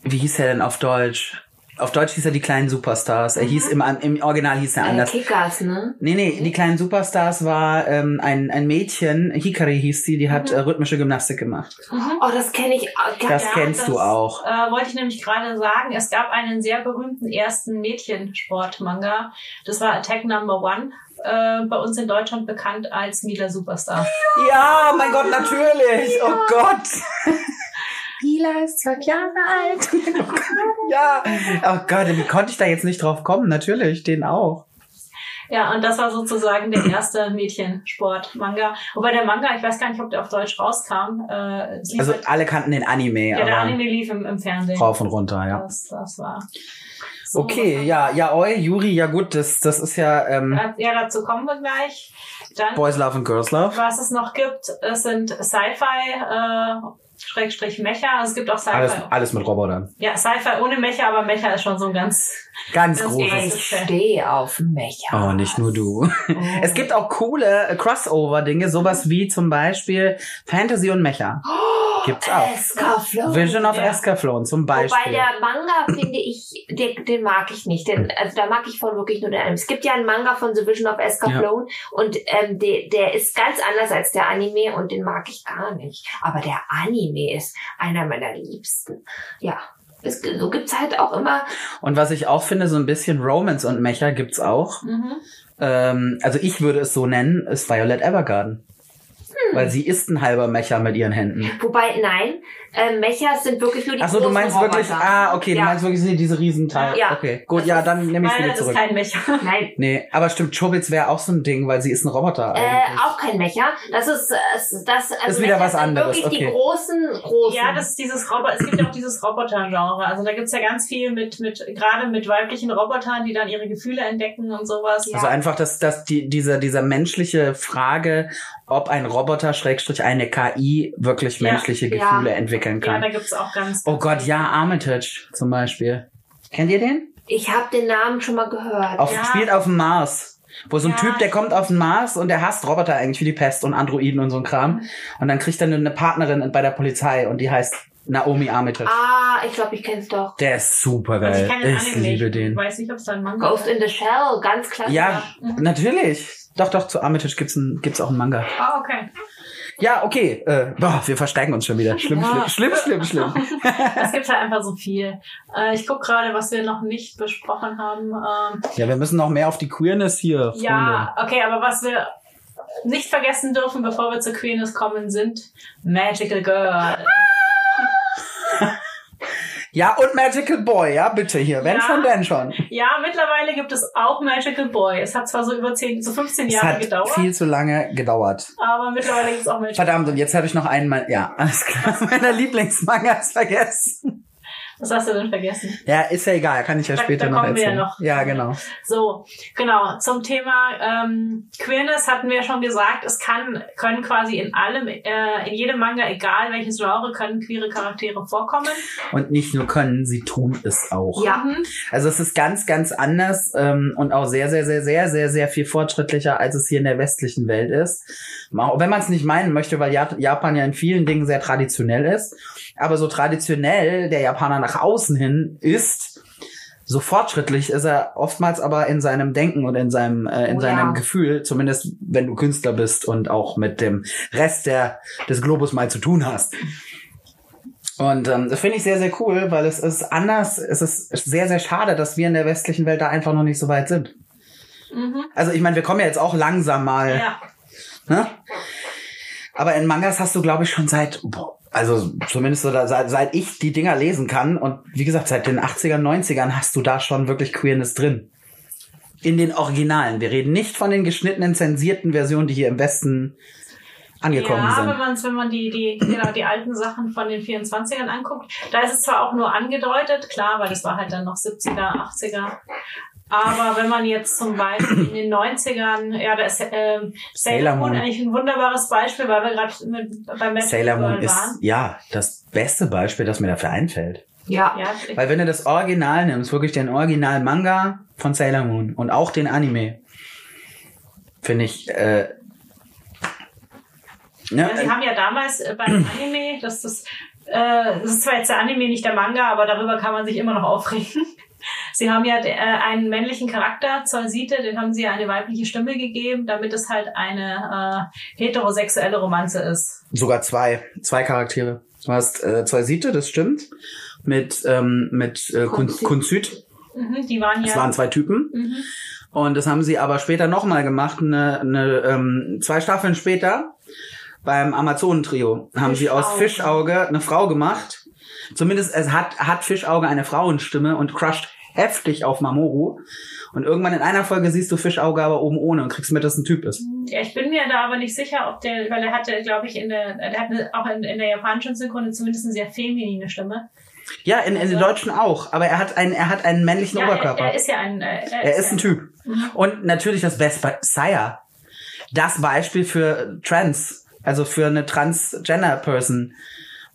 [SPEAKER 2] wie hieß er denn auf Deutsch? Auf Deutsch hieß er die kleinen Superstars. Er
[SPEAKER 1] Mhm.
[SPEAKER 2] hieß im, im Original hieß er
[SPEAKER 3] äh,
[SPEAKER 2] anders.
[SPEAKER 3] Kickers, ne?
[SPEAKER 2] Nee, nee, die kleinen Superstars war ähm, ein, ein Mädchen, Hikari hieß sie, die hat äh, rhythmische Gymnastik gemacht.
[SPEAKER 3] Oh, das kenne ich. auch gar-
[SPEAKER 2] Das
[SPEAKER 1] Mhm. Ja,
[SPEAKER 2] kennst
[SPEAKER 1] das-
[SPEAKER 2] du auch.
[SPEAKER 1] äh, wollte ich nämlich gerade sagen, es gab einen sehr berühmten ersten Mädchensport-Manga. Das war Attack Number One. Äh, bei uns in Deutschland bekannt als Mila Superstar.
[SPEAKER 2] Ja, mein Gott, natürlich. Oh Gott. Pila ist zwölf Jahre alt. ja. Oh Gott, wie konnte ich da jetzt nicht drauf kommen? Natürlich, den auch.
[SPEAKER 1] Ja, und das war sozusagen der erste Mädchensport-Manga. Wobei der Manga, ich weiß gar nicht, ob der auf Deutsch rauskam. Äh, es lief
[SPEAKER 2] Also
[SPEAKER 1] halt,
[SPEAKER 2] alle kannten den Anime,
[SPEAKER 1] ja,
[SPEAKER 2] aber
[SPEAKER 1] der Anime lief im, im Fernsehen.
[SPEAKER 2] rauf und runter, ja.
[SPEAKER 1] Das, das war. So,
[SPEAKER 2] Okay,
[SPEAKER 1] was-
[SPEAKER 2] ja, ja, oi, Juri, ja gut, das, das ist ja ähm,
[SPEAKER 1] Ja, ja, dazu kommen wir gleich. Dann,
[SPEAKER 2] Boys Love and Girls Love.
[SPEAKER 1] was es noch gibt, es sind Sci-Fi, äh, Schrägstrich Mecha. Also es gibt auch
[SPEAKER 2] Alles,
[SPEAKER 1] Sci-Fi.
[SPEAKER 2] alles mit Robotern.
[SPEAKER 1] Ja, Sci-Fi ohne Mecha, aber Mecha ist schon so ein ganz.
[SPEAKER 2] Ganz
[SPEAKER 1] Das
[SPEAKER 2] großes.
[SPEAKER 1] ist-
[SPEAKER 3] Ich stehe auf Mecha.
[SPEAKER 2] Oh, nicht nur du.
[SPEAKER 1] Oh.
[SPEAKER 2] Es gibt auch coole äh, Crossover-Dinge, sowas wie zum Beispiel Fantasy und Mecha.
[SPEAKER 1] Oh,
[SPEAKER 2] Gibt's auch.
[SPEAKER 3] Escaflow.
[SPEAKER 2] Vision of
[SPEAKER 1] Ja.
[SPEAKER 2] Escaflowne zum
[SPEAKER 3] Oh, Wobei
[SPEAKER 2] Beispiel.
[SPEAKER 3] der Manga, finde ich, den, den mag ich nicht. Den, also da mag ich von wirklich nur den Anime. Es gibt ja einen Manga von The Vision of Escaflown und ähm, der, der ist ganz anders als der Anime und den mag ich gar nicht. Aber der Anime ist einer meiner Liebsten. Ja, es, so gibt's halt auch immer.
[SPEAKER 2] Und was ich auch finde, so ein bisschen Romance und Mecha gibt's auch.
[SPEAKER 1] Mhm.
[SPEAKER 2] Ähm, also ich würde es so nennen, ist Violet Evergarden.
[SPEAKER 3] Hm.
[SPEAKER 2] Weil sie ist ein halber Mecha mit ihren Händen.
[SPEAKER 3] Wobei, nein, ähm, Mechas sind wirklich nur die
[SPEAKER 2] Achso, du
[SPEAKER 3] großen
[SPEAKER 2] meinst
[SPEAKER 3] Roboter.
[SPEAKER 2] wirklich, ah, okay,
[SPEAKER 3] Ja.
[SPEAKER 2] du meinst wirklich sie- diese Riesenteil.
[SPEAKER 3] Ja.
[SPEAKER 2] Okay, gut, ja, dann nehme ich
[SPEAKER 1] Weil
[SPEAKER 2] wieder
[SPEAKER 1] das ist
[SPEAKER 2] zurück.
[SPEAKER 1] kein Mecha.
[SPEAKER 3] Nein,
[SPEAKER 2] Nee, aber stimmt, Chobits wäre auch so ein Ding, weil sie ist ein Roboter
[SPEAKER 3] Äh,
[SPEAKER 2] eigentlich.
[SPEAKER 3] auch kein Mecher. Das ist äh, das, das also
[SPEAKER 2] Ist wieder
[SPEAKER 3] Mecher
[SPEAKER 2] was
[SPEAKER 3] sind
[SPEAKER 2] anderes,
[SPEAKER 3] Wirklich die
[SPEAKER 2] okay.
[SPEAKER 3] großen, großen.
[SPEAKER 1] Ja, das ist dieses Roboter, es gibt ja auch dieses Roboter-Genre. Also da gibt's ja ganz viel mit, mit, gerade mit weiblichen Robotern, die dann ihre Gefühle entdecken und sowas.
[SPEAKER 2] Also einfach, dass, dass die, dieser, dieser menschliche Frage, ob ein Roboter, Schrägstrich, eine KI wirklich
[SPEAKER 1] Ja,
[SPEAKER 2] menschliche
[SPEAKER 3] ja.
[SPEAKER 2] Gefühle entwickeln
[SPEAKER 1] Ja,
[SPEAKER 2] kann.
[SPEAKER 1] da gibt's auch ganz.
[SPEAKER 2] oh Gott, ja, Armitage zum Beispiel. Kennt ihr den?
[SPEAKER 3] Ich habe den Namen schon mal gehört.
[SPEAKER 2] Auf,
[SPEAKER 1] Ja.
[SPEAKER 2] Spielt auf dem Mars. Wo so ein
[SPEAKER 1] Ja,
[SPEAKER 2] Typ, der kommt auf den Mars und der hasst Roboter eigentlich wie die Pest und Androiden und so ein Kram. Und dann kriegt er eine Partnerin bei der Polizei und die heißt Naomi Armitage.
[SPEAKER 3] Ah, ich glaube, ich kenn's doch.
[SPEAKER 2] Der ist super
[SPEAKER 1] Also
[SPEAKER 2] geil.
[SPEAKER 1] ich kenne den
[SPEAKER 2] ich
[SPEAKER 1] Anime
[SPEAKER 2] liebe
[SPEAKER 1] nicht.
[SPEAKER 2] den.
[SPEAKER 1] weiß nicht, ob es da einen Manga
[SPEAKER 3] Ghost in the Shell, ganz klasse.
[SPEAKER 2] Ja,
[SPEAKER 1] Mhm.
[SPEAKER 2] natürlich. Doch, doch, zu Armitage gibt's, ein, gibt's auch einen Manga.
[SPEAKER 1] Ah, okay.
[SPEAKER 2] Ja, okay. Äh, boah, wir versteigen uns schon wieder. Schlimm,
[SPEAKER 3] Ja.
[SPEAKER 2] schlimm, schlimm, schlimm, schlimm.
[SPEAKER 1] Es gibt halt einfach so viel. Äh, ich guck gerade, was wir noch nicht besprochen haben. Ähm,
[SPEAKER 2] Ja, wir müssen noch mehr auf die Queerness hier, Freunde.
[SPEAKER 1] ja, okay, aber was wir nicht vergessen dürfen, bevor wir zu Queerness kommen, sind Magical Girl.
[SPEAKER 2] Ja, und Magical Boy, ja, bitte hier. Wenn
[SPEAKER 1] Ja.
[SPEAKER 2] schon, denn schon.
[SPEAKER 1] Ja, mittlerweile gibt es auch Magical Boy. Es hat zwar so über 10, so 15
[SPEAKER 2] Es
[SPEAKER 1] Jahre
[SPEAKER 2] hat
[SPEAKER 1] gedauert,
[SPEAKER 2] viel zu lange gedauert.
[SPEAKER 1] aber mittlerweile gibt es auch Magical
[SPEAKER 2] Verdammt, und jetzt habe ich noch einmal, ja, alles klar, meiner Lieblingsmangas vergessen.
[SPEAKER 1] Was hast du denn vergessen?
[SPEAKER 2] Ja, ist ja egal, kann ich ja
[SPEAKER 1] Da-
[SPEAKER 2] später
[SPEAKER 1] da
[SPEAKER 2] noch
[SPEAKER 1] kommen wir
[SPEAKER 2] erzählen.
[SPEAKER 1] ja noch.
[SPEAKER 2] ja, genau.
[SPEAKER 1] So, genau. Zum Thema ähm, Queerness hatten wir schon gesagt, es kann, können quasi in allem, äh, in jedem Manga, egal welches Genre, können queere Charaktere vorkommen.
[SPEAKER 2] Und nicht nur können, sie tun es auch.
[SPEAKER 3] Ja.
[SPEAKER 1] Mhm.
[SPEAKER 2] Also es ist ganz, ganz anders ähm, und auch sehr, sehr, sehr, sehr, sehr, sehr viel fortschrittlicher, als es hier in der westlichen Welt ist. Auch wenn man es nicht meinen möchte, weil Ja- Japan ja in vielen Dingen sehr traditionell ist. Aber so traditionell der Japaner nach außen hin ist, so fortschrittlich ist er oftmals aber in seinem Denken und in seinem, äh, in
[SPEAKER 3] Oh ja.
[SPEAKER 2] seinem Gefühl, zumindest wenn du Künstler bist und auch mit dem Rest der, des Globus mal zu tun hast. Und ähm, das finde ich sehr, sehr cool, weil es ist anders. Es ist sehr, sehr schade, dass wir in der westlichen Welt da einfach noch nicht so weit sind.
[SPEAKER 1] Mhm.
[SPEAKER 2] Also ich meine, wir kommen ja jetzt auch langsam mal.
[SPEAKER 1] Ja.
[SPEAKER 2] Ne? Aber in Mangas hast du, glaube ich, schon seit, boah, also zumindest so da, seit, seit ich die Dinger lesen kann und wie gesagt, seit den 80ern, 90ern hast du da schon wirklich Queerness drin. In den Originalen. Wir reden nicht von den geschnittenen, zensierten Versionen, die hier im Westen angekommen
[SPEAKER 1] ja,
[SPEAKER 2] sind.
[SPEAKER 1] wenn man wenn man die, die, genau, die alten Sachen von den 24ern anguckt, da ist es zwar auch nur angedeutet, klar, weil das war halt dann noch 70er, 80er. Aber wenn man jetzt zum Beispiel in den 90ern, ja, da ist ähm, Sailor
[SPEAKER 2] Sailor
[SPEAKER 1] Moon
[SPEAKER 2] Moon.
[SPEAKER 1] eigentlich ein wunderbares Beispiel, weil wir gerade mit- bei Magical
[SPEAKER 2] Sailor Moon
[SPEAKER 1] Girl
[SPEAKER 2] ist
[SPEAKER 1] waren.
[SPEAKER 2] ja das beste Beispiel, das mir dafür einfällt.
[SPEAKER 3] Ja.
[SPEAKER 1] Ja, ich,
[SPEAKER 2] Weil wenn du das Original nimmst, wirklich den Original Manga von Sailor Moon und auch den Anime, finde ich. Äh, ne,
[SPEAKER 1] Ja, Also, sie haben ja damals äh, beim Anime, dass das, äh, das ist zwar jetzt der Anime, nicht der Manga, aber darüber kann man sich immer noch aufregen. Sie haben ja äh, einen männlichen Charakter, Zorsite, den haben sie ja eine weibliche Stimme gegeben, damit es halt eine äh, heterosexuelle Romanze ist.
[SPEAKER 2] sogar zwei, zwei Charaktere. Du hast äh, zwei Siete, das stimmt. Mit ähm, mit äh, Kun-
[SPEAKER 3] Kunzit.
[SPEAKER 2] Kunzit.
[SPEAKER 1] Mhm, die waren
[SPEAKER 2] Es
[SPEAKER 1] ja.
[SPEAKER 2] waren zwei Typen.
[SPEAKER 1] mhm.
[SPEAKER 2] Und das haben sie aber später nochmal gemacht, ne, ne, ähm, zwei Staffeln später, beim Amazonentrio, haben sie aus
[SPEAKER 3] Fischauge.
[SPEAKER 2] Fischauge eine Frau gemacht. Zumindest es hat, hat Fischauge eine Frauenstimme und crusht heftig auf Mamoru. Und irgendwann in einer Folge siehst du Fischauge aber oben ohne und kriegst mit, dass es ein Typ ist.
[SPEAKER 1] Ja, ich bin mir da aber nicht sicher, ob der, weil er hatte, glaube ich, in der, der hatte auch in, in der japanischen Synchron zumindest eine sehr feminine Stimme.
[SPEAKER 2] Ja, in, in den
[SPEAKER 1] Also-
[SPEAKER 2] Deutschen auch, aber er hat einen, er hat einen männlichen
[SPEAKER 1] Ja, er,
[SPEAKER 2] Oberkörper.
[SPEAKER 1] er ist ja ein, äh,
[SPEAKER 2] Er ist ein Typ.
[SPEAKER 1] Mhm.
[SPEAKER 2] Und natürlich das Best Buy Sire. Das Beispiel für Trans, also für eine Transgender Person.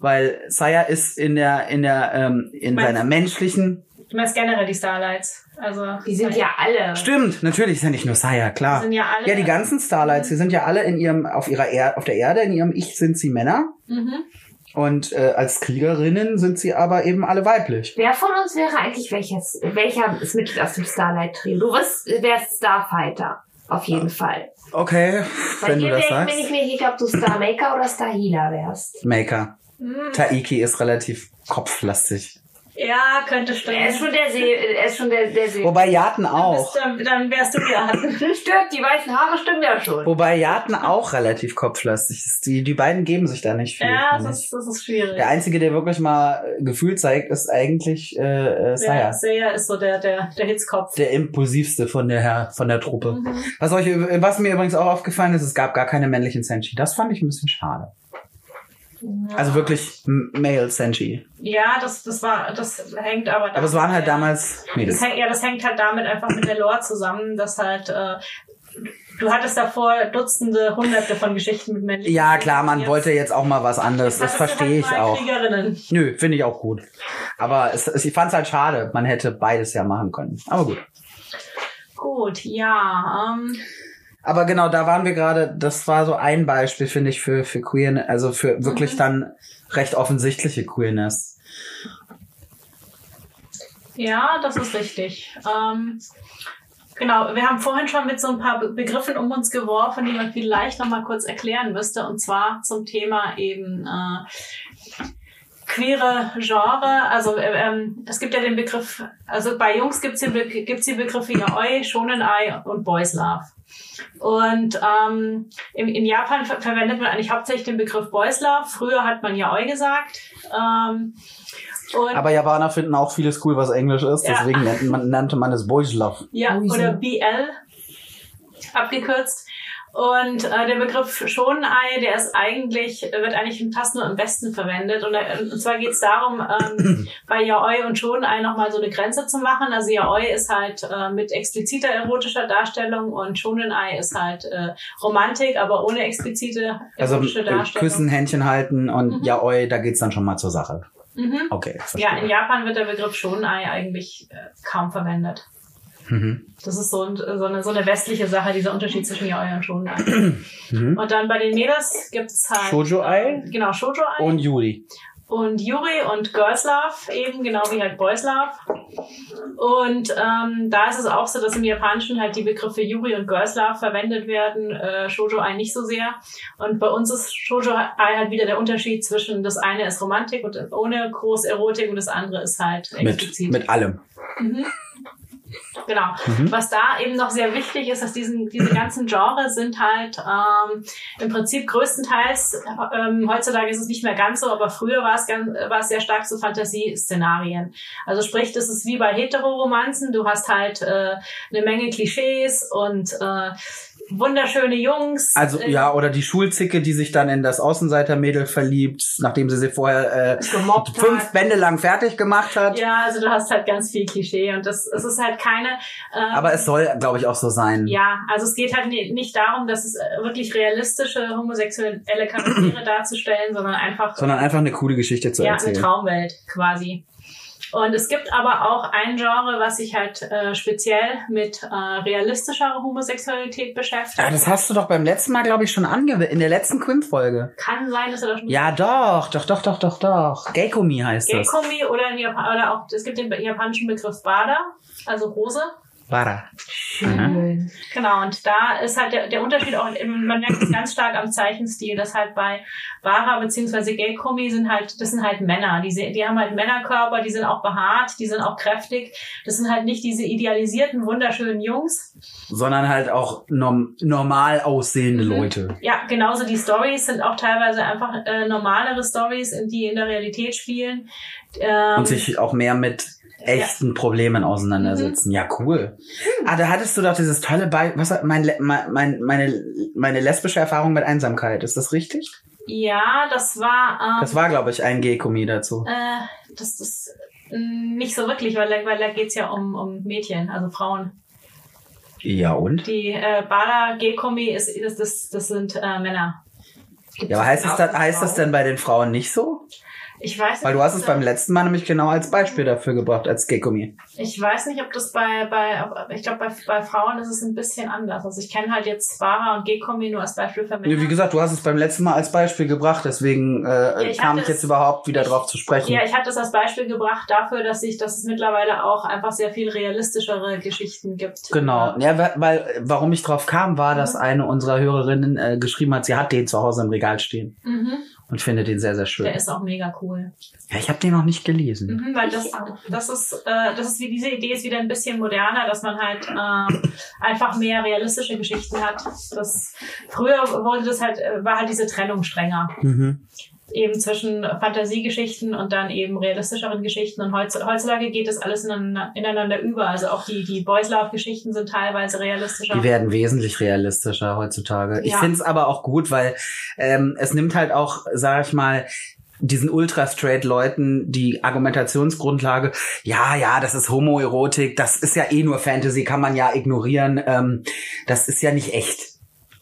[SPEAKER 2] Weil Sire ist in der, in der, ähm, in
[SPEAKER 1] Meinst-
[SPEAKER 2] seiner menschlichen.
[SPEAKER 1] Du meinst generell die Starlights. Also,
[SPEAKER 3] Die sind ja alle.
[SPEAKER 2] Stimmt, natürlich ist ja nicht nur Sire, klar.
[SPEAKER 1] Sind ja alle-
[SPEAKER 2] die ganzen Starlights, die sind ja alle in ihrem, auf ihrer er auf der Erde, in ihrem Ich sind sie Männer.
[SPEAKER 1] Mhm.
[SPEAKER 2] Und äh, als Kriegerinnen sind sie aber eben alle weiblich.
[SPEAKER 3] Wer von uns wäre eigentlich welches, welcher ist Mitglied aus dem Starlight Trio? Du wirst, wärst Starfighter. Auf jeden Fall.
[SPEAKER 2] Okay,
[SPEAKER 3] Bei
[SPEAKER 2] wenn
[SPEAKER 3] dir
[SPEAKER 2] du das
[SPEAKER 3] wär, ich bin ich
[SPEAKER 2] sagst.
[SPEAKER 3] mir nicht sicher, ob du Starmaker oder Starhealer wärst.
[SPEAKER 2] Maker.
[SPEAKER 1] Mhm.
[SPEAKER 2] Taiki ist relativ kopflastig.
[SPEAKER 1] Ja, könnte
[SPEAKER 3] Er
[SPEAKER 1] stimmen.
[SPEAKER 3] ist schon der See, er ist schon der, der See.
[SPEAKER 1] Oh.
[SPEAKER 2] Wobei Jaten auch.
[SPEAKER 1] Bist du- Dann wärst du ja.
[SPEAKER 3] Stimmt, die weißen Haare stimmen ja schon.
[SPEAKER 2] Wobei Jaten auch relativ kopflastig ist. Die, die beiden geben sich da nicht viel.
[SPEAKER 1] ja,
[SPEAKER 2] finde
[SPEAKER 1] das
[SPEAKER 2] ich.
[SPEAKER 1] ist, das ist schwierig.
[SPEAKER 2] der einzige, der wirklich mal äh, Gefühl zeigt, ist eigentlich äh, äh,
[SPEAKER 1] ja,
[SPEAKER 2] Saya.
[SPEAKER 1] Seiya ist so der, der, der Hitzkopf.
[SPEAKER 2] Der impulsivste von der Herr, von der Truppe.
[SPEAKER 1] Mhm.
[SPEAKER 2] Was, euch, äh, was mir übrigens auch aufgefallen ist, es gab gar keine männlichen Senshi. Das fand ich ein bisschen schade. Also wirklich m- Male Senshi.
[SPEAKER 1] ja, das, das war, das hängt aber.
[SPEAKER 2] Aber es waren halt damals
[SPEAKER 1] Das
[SPEAKER 2] Mädels.
[SPEAKER 1] hängt, ja, das hängt halt damit einfach mit der Lore zusammen, dass halt äh, Du hattest davor Dutzende, Hunderte von Geschichten mit Menschen.
[SPEAKER 2] Ja, klar, man wollte jetzt auch mal was anderes. Das
[SPEAKER 1] hattest du
[SPEAKER 2] verstehe ich
[SPEAKER 1] halt mal
[SPEAKER 2] auch.
[SPEAKER 1] Kriegerinnen.
[SPEAKER 2] Nö, finde ich auch gut. Aber es, es, ich fand es halt schade. Man hätte beides ja machen können. Aber gut.
[SPEAKER 1] Gut, ja. Ähm,
[SPEAKER 2] Aber genau, da waren wir gerade, das war so ein Beispiel, finde ich, für, für Queerness, also für wirklich
[SPEAKER 1] Mhm.
[SPEAKER 2] dann recht offensichtliche Queerness.
[SPEAKER 1] Ja, das ist richtig. Ähm, genau, wir haben vorhin schon mit so ein paar Be- Begriffen um uns geworfen, die man vielleicht noch mal kurz erklären müsste. Und zwar zum Thema eben äh, queere Genre. Also äh, ähm, es gibt ja den Begriff, also bei Jungs gibt's den Be gibt's die Begriffe Yaoi, Shonenai und Boys Love. Und ähm, in, in Japan ver verwendet man eigentlich hauptsächlich den Begriff Boys Love. Früher hat man Yaoi gesagt. Ähm, und
[SPEAKER 2] Aber Japaner finden auch vieles cool, was Englisch ist.
[SPEAKER 1] Ja.
[SPEAKER 2] Deswegen nennt man, nannte man es Boys Love.
[SPEAKER 1] Ja,
[SPEAKER 3] Mäuse.
[SPEAKER 1] oder BL abgekürzt. Und äh, der Begriff Schonenei, der ist eigentlich, wird eigentlich fast nur im Westen verwendet. Und, äh, und zwar geht es darum, ähm, bei Yaoi und Schonenei nochmal so eine Grenze zu machen. Also Yaoi ist halt äh, mit expliziter erotischer Darstellung und Schonenei ist halt äh, Romantik, aber ohne explizite
[SPEAKER 2] Also
[SPEAKER 1] erotische
[SPEAKER 2] äh,
[SPEAKER 1] Darstellung.
[SPEAKER 2] küssen, Händchen halten und
[SPEAKER 1] Mhm.
[SPEAKER 2] ja, oi, da geht's dann schon mal zur Sache.
[SPEAKER 1] Mhm.
[SPEAKER 2] Okay. verstehe.
[SPEAKER 1] Ja, in Japan wird der Begriff Schonenei eigentlich äh, kaum verwendet.
[SPEAKER 2] Mhm.
[SPEAKER 1] Das ist so, ein, so, eine, so eine westliche Sache, dieser Unterschied zwischen Yaoi und Shonenei.
[SPEAKER 2] Mhm.
[SPEAKER 1] Und dann bei den Mädels gibt's halt.
[SPEAKER 2] Shoujo-Ei.
[SPEAKER 1] äh, Genau, Shoujo-Ei.
[SPEAKER 2] Und
[SPEAKER 1] Und,
[SPEAKER 2] Yuri.
[SPEAKER 1] Yuri und Girls Love eben, genau wie halt Boys Love. Und ähm, da ist es auch so, dass im Japanischen halt die Begriffe Yuri und Girls Love verwendet werden, äh, Shoujo-Ei nicht so sehr. Und bei uns ist Shoujo-Ei halt wieder der Unterschied zwischen, das eine ist Romantik und ohne groß Erotik und das andere ist halt
[SPEAKER 2] Mit,
[SPEAKER 1] explizit.
[SPEAKER 2] mit allem.
[SPEAKER 1] Mhm. Genau.
[SPEAKER 2] Mhm.
[SPEAKER 1] Was da eben noch sehr wichtig ist, dass diesen, diese ganzen Genres sind halt ähm, im Prinzip größtenteils, ähm, heutzutage ist es nicht mehr ganz so, aber früher war es, ganz, war es sehr stark so Fantasieszenarien. Also sprich, das ist wie bei Heteroromanzen, du hast halt äh, eine Menge Klischees und äh, wunderschöne Jungs.
[SPEAKER 2] Also,
[SPEAKER 1] äh,
[SPEAKER 2] ja, oder die Schulzicke, die sich dann in das Außenseitermädel verliebt, nachdem sie sie vorher äh,
[SPEAKER 1] gemobbt hat.
[SPEAKER 2] fünf Bände lang fertig gemacht hat.
[SPEAKER 1] Ja, also du hast halt ganz viel Klischee und das, es ist halt keine... Ähm,
[SPEAKER 2] Aber es soll, glaube ich, auch so sein.
[SPEAKER 1] Ja, also es geht halt ni- nicht darum, dass es äh, wirklich realistische homosexuelle Charaktere darzustellen, sondern einfach
[SPEAKER 2] Sondern einfach eine coole Geschichte zu
[SPEAKER 1] ja, eine
[SPEAKER 2] erzählen.
[SPEAKER 1] Traumwelt quasi. Und es gibt aber auch ein Genre, was sich halt äh, speziell mit äh, realistischer Homosexualität beschäftigt.
[SPEAKER 2] ja, das hast du doch beim letzten Mal, glaube ich, schon ange in der letzten Quim-Folge.
[SPEAKER 1] Kann sein, dass er da schon
[SPEAKER 2] Ja, doch, doch, doch, doch, doch, doch. Geikomi heißt das.
[SPEAKER 1] Gekumi oder, in Japan oder auch, es gibt den japanischen Begriff Bada, also Rose.
[SPEAKER 2] Wara.
[SPEAKER 3] Schön.
[SPEAKER 1] Genau, und da ist halt der, der Unterschied auch, im- man merkt es ganz stark am Zeichenstil, dass halt bei Vara bzw. Gay-Kombi sind halt, das sind halt Männer. Die, se- die haben halt Männerkörper, die sind auch behaart, die sind auch kräftig. Das sind halt nicht diese idealisierten, wunderschönen Jungs.
[SPEAKER 2] Sondern halt auch norm normal aussehende
[SPEAKER 1] Mhm.
[SPEAKER 2] Leute.
[SPEAKER 1] Ja, genauso die Stories sind auch teilweise einfach äh, normalere Stories, in- die in der Realität spielen. Ähm,
[SPEAKER 2] Und sich auch mehr mit echten Problemen
[SPEAKER 1] Mhm.
[SPEAKER 2] auseinandersetzen. Ja, cool. Ah, da hattest du doch dieses tolle Be was war- mein, Le- mein, mein, meine, meine lesbische Erfahrung mit Einsamkeit. Ist das richtig?
[SPEAKER 1] ja, das war. Ähm,
[SPEAKER 2] Das war, glaube ich, ein Gekomi dazu.
[SPEAKER 1] äh, das ist mh, nicht so wirklich, weil, da- weil da geht's ja um, um Mädchen, also Frauen.
[SPEAKER 2] Ja, und?
[SPEAKER 1] Die äh, Bada G-Kombi ist, das, das, das sind äh, Männer.
[SPEAKER 2] Ja, aber heißt das, dann, heißt das denn bei den Frauen nicht so?
[SPEAKER 1] Ich weiß
[SPEAKER 2] Weil
[SPEAKER 1] nicht,
[SPEAKER 2] du hast es
[SPEAKER 1] ob-
[SPEAKER 2] beim letzten Mal nämlich genau als Beispiel dafür gebracht, als Gekomi.
[SPEAKER 1] Ich weiß nicht, ob das bei, bei ob- ich glaube, bei, bei Frauen ist es ein bisschen anders. Also ich kenne halt jetzt Vara und G-Kombi nur als Beispiel für Männer.
[SPEAKER 2] Wie gesagt, du hast es beim letzten Mal als Beispiel gebracht, deswegen äh,
[SPEAKER 1] Ja, ich
[SPEAKER 2] kam
[SPEAKER 1] hatte
[SPEAKER 2] ich jetzt
[SPEAKER 1] es-
[SPEAKER 2] überhaupt wieder drauf zu sprechen.
[SPEAKER 1] ja, ich habe das als Beispiel gebracht dafür, dass ich, dass es mittlerweile auch einfach sehr viel realistischere Geschichten gibt.
[SPEAKER 2] Genau. Ja, weil, weil warum ich drauf kam, war, dass
[SPEAKER 1] Mhm.
[SPEAKER 2] eine unserer Hörerinnen äh, geschrieben hat, sie hat den zu Hause im Regal stehen
[SPEAKER 1] Mhm.
[SPEAKER 2] und findet den sehr, sehr schön.
[SPEAKER 1] Der ist auch mega cool.
[SPEAKER 2] Ja, ich habe den noch nicht gelesen.
[SPEAKER 1] Mhm, weil das,
[SPEAKER 3] Ich auch.
[SPEAKER 1] das ist, äh, das ist wie diese Idee ist wieder ein bisschen moderner, dass man halt ähm, einfach mehr realistische Geschichten hat. Das, früher wurde das halt, äh, war halt diese Trennung strenger.
[SPEAKER 2] Mhm.
[SPEAKER 1] Eben zwischen Fantasiegeschichten und dann eben realistischeren Geschichten. Und heutz, heutzutage geht das alles ineinander, ineinander über. Also auch die, die Boys Love Geschichten sind teilweise realistischer.
[SPEAKER 2] Die werden wesentlich realistischer heutzutage. Ich
[SPEAKER 1] Ja.
[SPEAKER 2] find's aber auch gut, weil ähm, es nimmt halt auch, sag ich mal, diesen Ultra-Straight-Leuten die Argumentationsgrundlage, ja, ja, das ist Homoerotik, das ist ja eh nur Fantasy, kann man ja ignorieren, ähm, das ist ja nicht echt.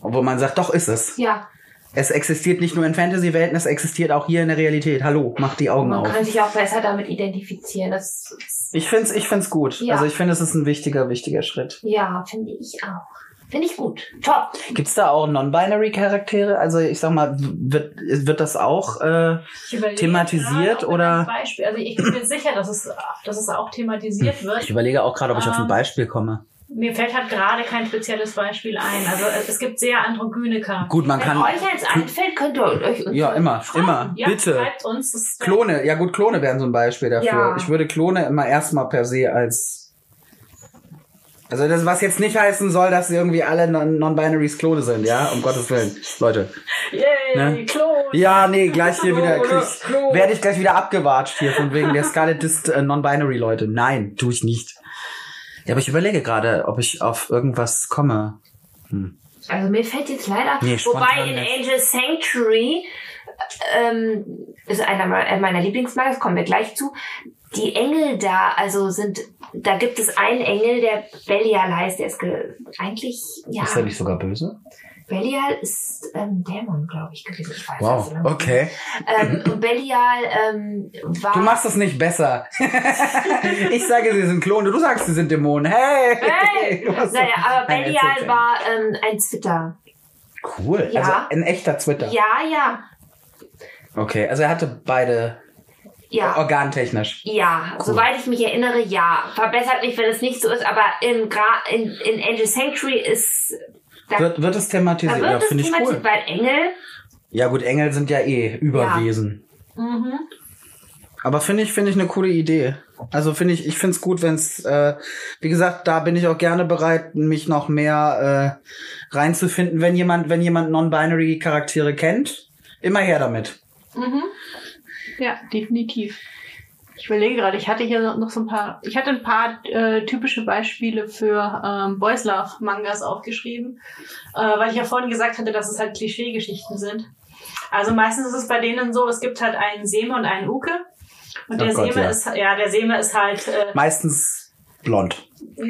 [SPEAKER 2] Obwohl man sagt, doch ist es.
[SPEAKER 3] Ja,
[SPEAKER 2] Es existiert nicht nur in Fantasy-Welten, es existiert auch hier in der Realität. Hallo, mach die Augen
[SPEAKER 3] man
[SPEAKER 2] auf.
[SPEAKER 3] kann sich auch besser damit identifizieren. Das, ist-
[SPEAKER 2] Ich find's, ich find's gut.
[SPEAKER 3] Ja.
[SPEAKER 2] Also ich finde, es ist ein wichtiger, wichtiger Schritt.
[SPEAKER 3] ja, finde ich auch. Finde ich gut. Top.
[SPEAKER 2] Gibt's da auch non-binary Charaktere? Also ich sag mal, wird, wird das auch? Äh,
[SPEAKER 1] Ich überlege
[SPEAKER 2] Thematisiert
[SPEAKER 1] gerade, ob
[SPEAKER 2] oder-
[SPEAKER 1] ein Beispiel. Also ich bin mir sicher, dass es, dass es auch thematisiert
[SPEAKER 2] ich
[SPEAKER 1] wird.
[SPEAKER 2] überlege auch gerade, ob ich auf ein
[SPEAKER 1] Ähm,
[SPEAKER 2] Beispiel komme.
[SPEAKER 1] Mir fällt halt gerade kein spezielles Beispiel ein. Also es es gibt sehr androgyne Charaktere.
[SPEAKER 2] Gut, man
[SPEAKER 3] Wenn
[SPEAKER 2] kann.
[SPEAKER 3] euch eins einfällt, könnt ihr euch uns
[SPEAKER 2] Ja, immer, immer,
[SPEAKER 1] Ja,
[SPEAKER 2] bitte.
[SPEAKER 1] schreibt uns. Das wär-
[SPEAKER 2] Klone, ja gut, Klone wären so ein Beispiel dafür.
[SPEAKER 3] Ja.
[SPEAKER 2] Ich würde Klone immer erstmal per se als. Also das, was jetzt nicht heißen soll, dass irgendwie alle non- Non-Binaries Klone sind, ja? Um Gottes Willen. Leute.
[SPEAKER 1] Yay,
[SPEAKER 2] Ne?
[SPEAKER 1] Klon.
[SPEAKER 2] Ja, nee, gleich hier wieder.
[SPEAKER 1] Klone,
[SPEAKER 2] kriegst- Werde ich gleich wieder abgewatscht hier von wegen der Scarlet Dist äh, Non-Binary Leute. Nein, tue ich nicht. Ja, aber ich überlege gerade, ob ich auf irgendwas komme.
[SPEAKER 3] Also mir fällt jetzt leider,
[SPEAKER 2] Nee,
[SPEAKER 3] wobei
[SPEAKER 2] spontan
[SPEAKER 3] in
[SPEAKER 2] nicht.
[SPEAKER 3] Angel Sanctuary ähm, ist einer me- äh, meiner Lieblingsmarken, kommen wir gleich zu. Die Engel da, also sind, da gibt es einen Engel, der Belial heißt, der ist ge eigentlich, ja,
[SPEAKER 2] Ist er nicht sogar böse?
[SPEAKER 3] Belial ist ähm, Dämon, glaube ich, gewesen. Ich weiß
[SPEAKER 2] Wow,
[SPEAKER 3] es nicht.
[SPEAKER 2] okay.
[SPEAKER 3] Ähm, und Belial ähm, war...
[SPEAKER 2] Du machst es nicht besser. ich sage, sie sind Klone. Du sagst, sie sind Dämonen. Hey!
[SPEAKER 3] Hey!
[SPEAKER 2] Du hast-
[SPEAKER 3] naja, aber
[SPEAKER 2] Nein,
[SPEAKER 3] Belial
[SPEAKER 2] erzähl,
[SPEAKER 3] war ähm, ein Zwitter.
[SPEAKER 2] Cool.
[SPEAKER 3] Ja.
[SPEAKER 2] Also ein echter Twitter.
[SPEAKER 3] Ja, ja,
[SPEAKER 2] Okay, also er hatte beide
[SPEAKER 3] ja.
[SPEAKER 2] organtechnisch.
[SPEAKER 3] Ja, soweit ich mich erinnere, ja. Verbessert mich, wenn es nicht so ist, aber in, Gra in, in Angel Sanctuary ist. Da,
[SPEAKER 2] Wird, wird es
[SPEAKER 3] da
[SPEAKER 2] thematisiert? Ja,
[SPEAKER 3] wird es
[SPEAKER 2] finde ich
[SPEAKER 3] thematisiert,
[SPEAKER 2] cool.
[SPEAKER 3] weil Engel.
[SPEAKER 2] Ja gut, Engel sind ja eh Überwesen.
[SPEAKER 1] Mhm.
[SPEAKER 2] Aber finde ich, finde ich eine coole Idee. Also finde ich, ich finde es gut, wenn es, äh, wie gesagt, da bin ich auch gerne bereit, mich noch mehr äh, reinzufinden, wenn jemand, wenn jemand non-binary Charaktere kennt. Immer her damit.
[SPEAKER 1] Mhm. Ja, definitiv. Ich überlege gerade, ich hatte hier noch so ein paar, ich hatte ein paar äh, typische Beispiele für ähm, Boys Love Mangas aufgeschrieben, äh, weil ich ja vorhin gesagt hatte, dass es halt Klischeegeschichten sind. Also meistens ist es bei denen so, es gibt halt einen Seme und einen Uke. Und
[SPEAKER 2] Oh
[SPEAKER 1] der
[SPEAKER 2] Gott,
[SPEAKER 1] Seme
[SPEAKER 2] ja.
[SPEAKER 1] ist, ja, der Seme ist halt, äh,
[SPEAKER 2] Meistens blond.
[SPEAKER 1] nee,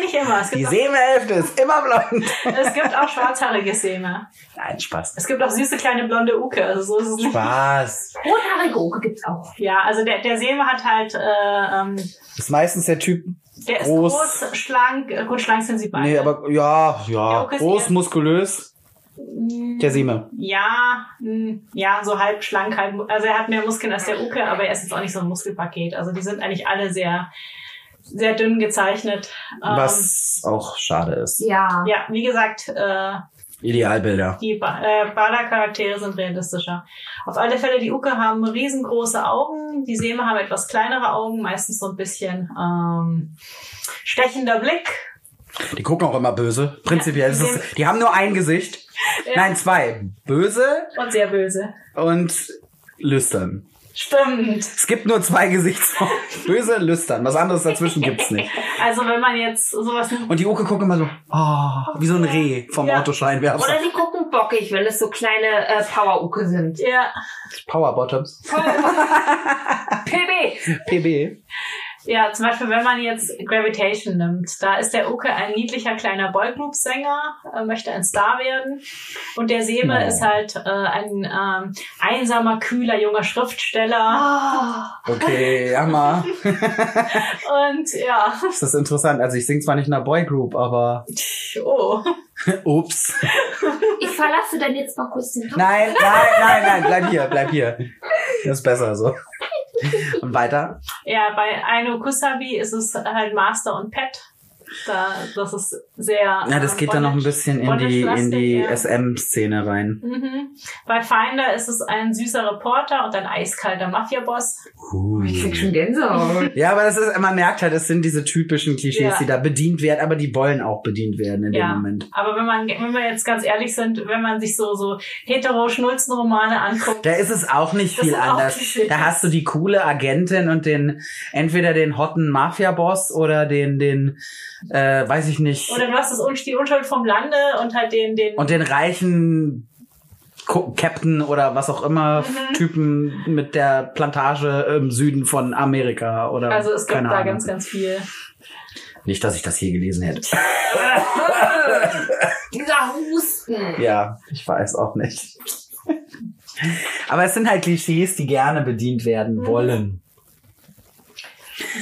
[SPEAKER 1] nicht immer. Es
[SPEAKER 2] Die
[SPEAKER 1] gibt, auch,
[SPEAKER 2] Seemelfte ist immer blond.
[SPEAKER 1] es gibt auch schwarzhaarige Seme.
[SPEAKER 2] Nein, Spaß.
[SPEAKER 1] Es gibt auch süße kleine blonde Uke, also so ist es nicht.
[SPEAKER 2] Spaß.
[SPEAKER 3] Rothaarige Oke gibt's auch.
[SPEAKER 1] Ja, also der, der Seme hat halt, äh, ähm,
[SPEAKER 2] Ist meistens der Typ.
[SPEAKER 1] Der ist
[SPEAKER 2] Groß.
[SPEAKER 1] groß, schlank, äh, gut, schlank sind sie beide.
[SPEAKER 2] Nee, aber ja, ja.
[SPEAKER 1] Uke ist
[SPEAKER 2] Groß,
[SPEAKER 1] eher-
[SPEAKER 2] muskulös.
[SPEAKER 1] Mm,
[SPEAKER 2] Der Seemel.
[SPEAKER 1] Ja, mm, ja, so halb schlank, halb, mu- also er hat mehr Muskeln als der Uke, aber er ist jetzt auch nicht so ein Muskelpaket. Also die sind eigentlich alle sehr, sehr dünn gezeichnet. Ähm,
[SPEAKER 2] Was auch schade ist.
[SPEAKER 3] Ja.
[SPEAKER 1] Ja, wie gesagt, äh,
[SPEAKER 2] Idealbilder.
[SPEAKER 1] die ba äh, Bader-Charaktere sind realistischer. Auf alle Fälle, die Uke haben riesengroße Augen, die Seme haben etwas kleinere Augen, meistens so ein bisschen ähm, stechender Blick.
[SPEAKER 2] Die gucken auch immer böse. Prinzipiell.
[SPEAKER 1] Ja,
[SPEAKER 2] ist
[SPEAKER 1] die
[SPEAKER 2] es, die haben nur ein Gesicht.
[SPEAKER 1] Ja.
[SPEAKER 2] Nein, zwei. Böse
[SPEAKER 1] Und sehr böse.
[SPEAKER 2] und lüstern.
[SPEAKER 1] Stimmt.
[SPEAKER 2] Es gibt nur zwei Gesichtsformen. Böse, lüstern. Was anderes dazwischen gibt's nicht.
[SPEAKER 1] Also wenn man jetzt sowas
[SPEAKER 2] Und die Uke gucken immer so, oh, wie so ein Reh vom
[SPEAKER 1] Ja.
[SPEAKER 2] Autoscheinwerfer.
[SPEAKER 3] Oder die gucken bockig, wenn es so kleine äh, Power-Uke sind.
[SPEAKER 1] ja,
[SPEAKER 2] Powerbottoms.
[SPEAKER 3] PB!
[SPEAKER 2] PB.
[SPEAKER 1] ja, zum Beispiel, wenn man jetzt Gravitation nimmt, da ist der Uke ein niedlicher kleiner Boygroup-Sänger, äh, möchte ein Star werden. Und der Seme
[SPEAKER 2] Oh.
[SPEAKER 1] ist halt äh, ein ähm, einsamer, kühler, junger Schriftsteller.
[SPEAKER 3] Ah,
[SPEAKER 2] Okay, Hammer.
[SPEAKER 1] Und ja,
[SPEAKER 2] Das ist interessant. Also ich sing zwar nicht in einer Boygroup, aber
[SPEAKER 1] oh.
[SPEAKER 2] ups.
[SPEAKER 3] ich verlasse dann jetzt mal kurz den
[SPEAKER 2] Nein, nein, nein, nein, bleib hier, bleib hier. Das ist besser so. Und weiter.
[SPEAKER 1] Ja, bei Aino Kusabi ist es halt Master und Pet. Da, das ist sehr.
[SPEAKER 2] Ja, das
[SPEAKER 1] ähm,
[SPEAKER 2] geht dann noch ein
[SPEAKER 1] bondage-
[SPEAKER 2] bisschen in die, in die
[SPEAKER 1] bondage-lastig, ja.
[SPEAKER 2] SM-Szene rein.
[SPEAKER 1] Mhm. Bei Finder ist es ein süßer Reporter und ein eiskalter Mafia-Boss.
[SPEAKER 3] Ich krieg schon Gänsehaut.
[SPEAKER 2] Ja, aber das ist, man merkt halt, es sind diese typischen Klischees,
[SPEAKER 1] Ja.
[SPEAKER 2] die da bedient werden, aber die wollen auch bedient werden in
[SPEAKER 1] Ja.
[SPEAKER 2] dem Moment.
[SPEAKER 1] Aber wenn man, wenn wir jetzt ganz ehrlich sind, wenn man sich so, so hetero-Schnulzenromane anguckt,
[SPEAKER 2] Da ist es auch nicht
[SPEAKER 1] Das
[SPEAKER 2] viel
[SPEAKER 1] sind auch
[SPEAKER 2] anders.
[SPEAKER 1] Klischees.
[SPEAKER 2] Da hast du die coole Agentin und den entweder den hotten Mafia-Boss oder den, den, äh, weiß ich nicht.
[SPEAKER 1] oder du hast das, Un- die Unschuld vom Lande und halt den, den,
[SPEAKER 2] Und den reichen Co- Captain oder was auch immer
[SPEAKER 1] Mhm.
[SPEAKER 2] Typen mit der Plantage im Süden von Amerika oder
[SPEAKER 1] Also es gibt
[SPEAKER 2] keine
[SPEAKER 1] da
[SPEAKER 2] Ahnung.
[SPEAKER 1] ganz, ganz viel.
[SPEAKER 2] Nicht, dass ich das hier gelesen hätte.
[SPEAKER 3] Dieser Husten.
[SPEAKER 2] Ja, ich weiß auch nicht. Aber es sind halt Klischees, die gerne bedient werden wollen.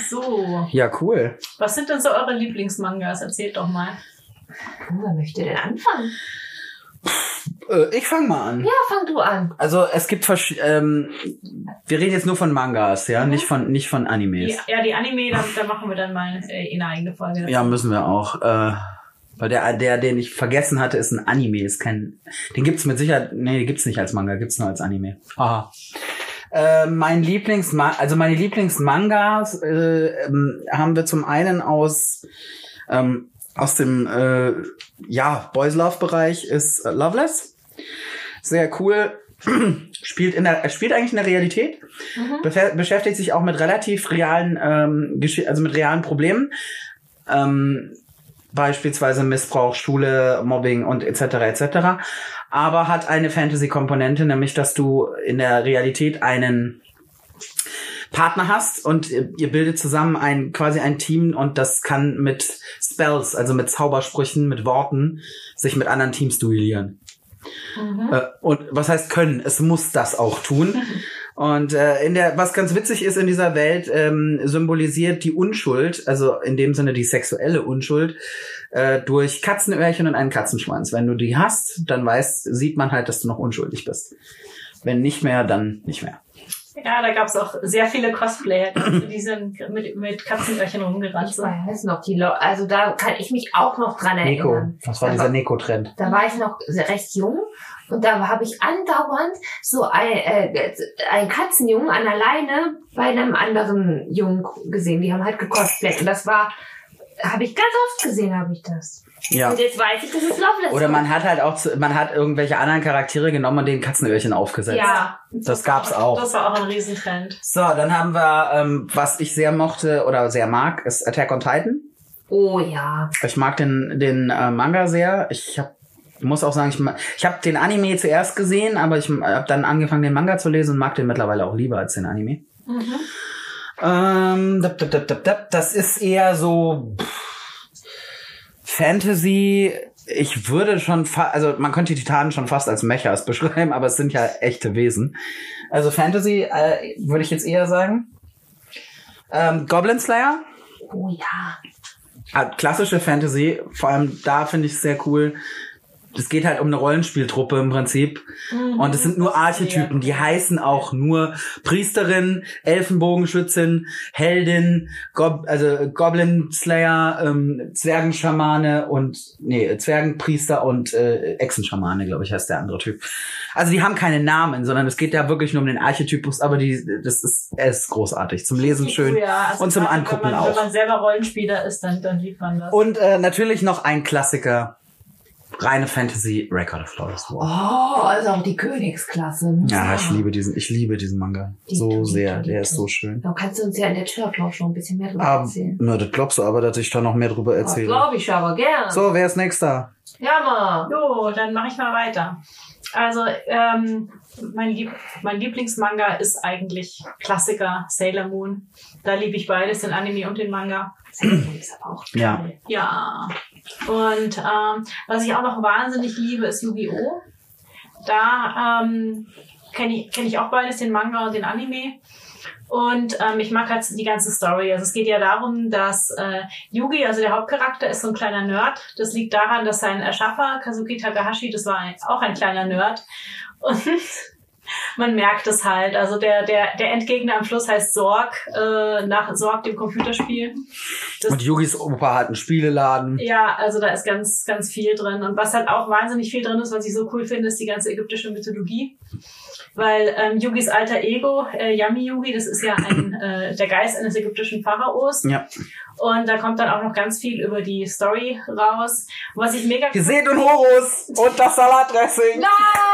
[SPEAKER 1] So,
[SPEAKER 2] Ja, cool.
[SPEAKER 1] was sind denn so eure Lieblingsmangas? Erzählt doch mal.
[SPEAKER 3] Wer möchte denn anfangen?
[SPEAKER 2] Äh, ich fange mal an.
[SPEAKER 3] Ja, fang du an.
[SPEAKER 2] Also es gibt versch- ähm, wir reden jetzt nur von Mangas, ja, nicht von nicht von Animes.
[SPEAKER 1] Die, ja, die Anime, da, da machen wir dann mal äh, eine eigene Folge.
[SPEAKER 2] Ja, müssen wir auch. Äh, weil der, der, den ich vergessen hatte, ist ein Anime. Ist kein, den gibt's mit Sicherheit, nee, den gibt's nicht als Manga, gibt's nur als Anime. Aha. Äh, mein Lieblingsma also meine Lieblingsmangas äh, ähm, haben wir zum einen aus ähm, aus dem äh, ja Boys Love Bereich ist äh, Loveless sehr cool spielt in der spielt eigentlich in der Realität Befe- beschäftigt sich auch mit relativ realen ähm, Gesch- also mit realen Problemen ähm, beispielsweise Missbrauch, Schule, Mobbing und etc. etc. Aber hat eine Fantasy-Komponente, nämlich dass du in der Realität einen Partner hast und ihr ihr bildet zusammen ein quasi ein Team und das kann mit Spells, also mit Zaubersprüchen, mit Worten sich mit anderen Teams duellieren. Äh, Und was heißt können? Es muss das auch tun. Und äh, in der, was ganz witzig ist in dieser Welt, ähm, symbolisiert die Unschuld, also in dem Sinne die sexuelle Unschuld, äh, durch Katzenöhrchen und einen Katzenschwanz. Wenn du die hast, dann weiß, sieht man halt, dass du noch unschuldig bist. Wenn nicht mehr, dann nicht mehr.
[SPEAKER 1] Ja, da gab's auch sehr viele Cosplayer, die sind mit, mit Katzenöhrchen rumgerannt.
[SPEAKER 3] Ich
[SPEAKER 1] sind.
[SPEAKER 3] weiß noch, die Leute, also da kann ich mich auch noch dran
[SPEAKER 2] Neko,
[SPEAKER 3] erinnern.
[SPEAKER 2] was war dieser Neko-Trend?
[SPEAKER 3] Da war ich noch recht jung und da habe ich andauernd so ein, äh, einen Katzenjungen an der Leine bei einem anderen Jungen gesehen. Die haben halt gekostet. Und das war, habe ich ganz oft gesehen, habe ich das.
[SPEAKER 2] Ja.
[SPEAKER 3] Und jetzt weiß ich, dass es Loveless
[SPEAKER 2] Oder man
[SPEAKER 3] ist.
[SPEAKER 2] hat halt auch, zu, man hat irgendwelche anderen Charaktere genommen und den Katzenöhrchen aufgesetzt.
[SPEAKER 3] Ja.
[SPEAKER 2] Das gab's auch.
[SPEAKER 1] Das war auch ein Riesentrend.
[SPEAKER 2] So, dann haben wir, ähm, was ich sehr mochte oder sehr mag, ist Attack on Titan.
[SPEAKER 3] Oh ja.
[SPEAKER 2] Ich mag den, den äh, Manga sehr. Ich hab, muss auch sagen, ich, ma- ich habe den Anime zuerst gesehen, aber ich habe dann angefangen, den Manga zu lesen und mag den mittlerweile auch lieber als den Anime. Ähm, dap, dap, dap, dap, dap. Das ist eher so pff, Fantasy. Ich würde schon, fa also man könnte die Titanen schon fast als Mechas beschreiben, aber es sind ja echte Wesen. Also Fantasy äh, würde ich jetzt eher sagen. Ähm, Goblin Slayer
[SPEAKER 3] Oh ja.
[SPEAKER 2] Ah, klassische Fantasy, vor allem da finde ich es sehr cool. Es geht halt um eine Rollenspieltruppe im Prinzip.
[SPEAKER 3] Mhm,
[SPEAKER 2] Und es sind nur Archetypen, die heißen auch nur Priesterin, Elfenbogenschützin, Heldin, Gob also Goblin Slayer, ähm, Zwergenschamane und nee, Zwergenpriester und äh, Echsenschamane, glaube ich, heißt der andere Typ. Also die haben keine Namen, sondern es geht ja wirklich nur um den Archetypus, aber die das ist, es ist großartig. Zum Lesen schön
[SPEAKER 1] Ja, also
[SPEAKER 2] und zum
[SPEAKER 1] gerade
[SPEAKER 2] Angucken
[SPEAKER 1] wenn man,
[SPEAKER 2] auch.
[SPEAKER 1] Wenn man selber Rollenspieler ist, dann, dann liebt man das.
[SPEAKER 2] Und äh, natürlich noch ein Klassiker. Reine Fantasy Record of Flawless War.
[SPEAKER 3] Oh, ist auch die Königsklasse.
[SPEAKER 2] Ja, ich liebe diesen, ich liebe diesen Manga
[SPEAKER 3] Oh, Die
[SPEAKER 2] so
[SPEAKER 3] tun,
[SPEAKER 2] sehr.
[SPEAKER 3] die
[SPEAKER 2] Der
[SPEAKER 3] tun.
[SPEAKER 2] ist so schön. Ah,
[SPEAKER 3] Da kannst du uns ja in der Tür, glaube ich, noch ein bisschen mehr drüber
[SPEAKER 2] Aber,
[SPEAKER 3] erzählen.
[SPEAKER 2] na, das glaubst du aber, dass ich da noch mehr drüber
[SPEAKER 3] Das
[SPEAKER 2] erzähle.
[SPEAKER 3] glaube ich aber gern.
[SPEAKER 2] So, wer ist nächster?
[SPEAKER 3] Ja, mal.
[SPEAKER 1] Jo, dann mache ich mal weiter. Also, ähm, mein, Lieb mein Lieblingsmanga ist eigentlich Klassiker Sailor Moon. Da liebe ich beides, den Anime und den Manga.
[SPEAKER 3] ist aber auch toll.
[SPEAKER 2] Ja.
[SPEAKER 1] Ja. Und ähm, was ich auch noch wahnsinnig liebe, ist Yu-Gi-Oh! Da ähm, kenne ich, kenn ich auch beides, den Manga und den Anime. Und ähm, ich mag halt die ganze Story. Also es geht ja darum, dass äh, Yugi, also der Hauptcharakter, ist so ein kleiner Nerd. Das liegt daran, dass sein Erschaffer, Kazuki Takahashi, das war ein, auch ein kleiner Nerd. Und man merkt es halt. Also der, der, der Endgegner am Schluss heißt Sorg, äh, nach Sorg, dem Computerspiel. Das-
[SPEAKER 2] Und Yugis Opa hat einen Spieleladen.
[SPEAKER 1] ja, also da ist ganz, ganz viel drin. Und was halt auch wahnsinnig viel drin ist, was ich so cool finde, ist die ganze ägyptische Mythologie. Weil ähm, Yugis alter Ego, äh, Yami Yugi, das ist ja ein, äh, der Geist eines ägyptischen Pharaos.
[SPEAKER 2] Ja.
[SPEAKER 1] Und da kommt dann auch noch ganz viel über die Story raus. Was ich mega
[SPEAKER 2] Ihr seht und Horus und das Salatdressing.
[SPEAKER 3] Nein!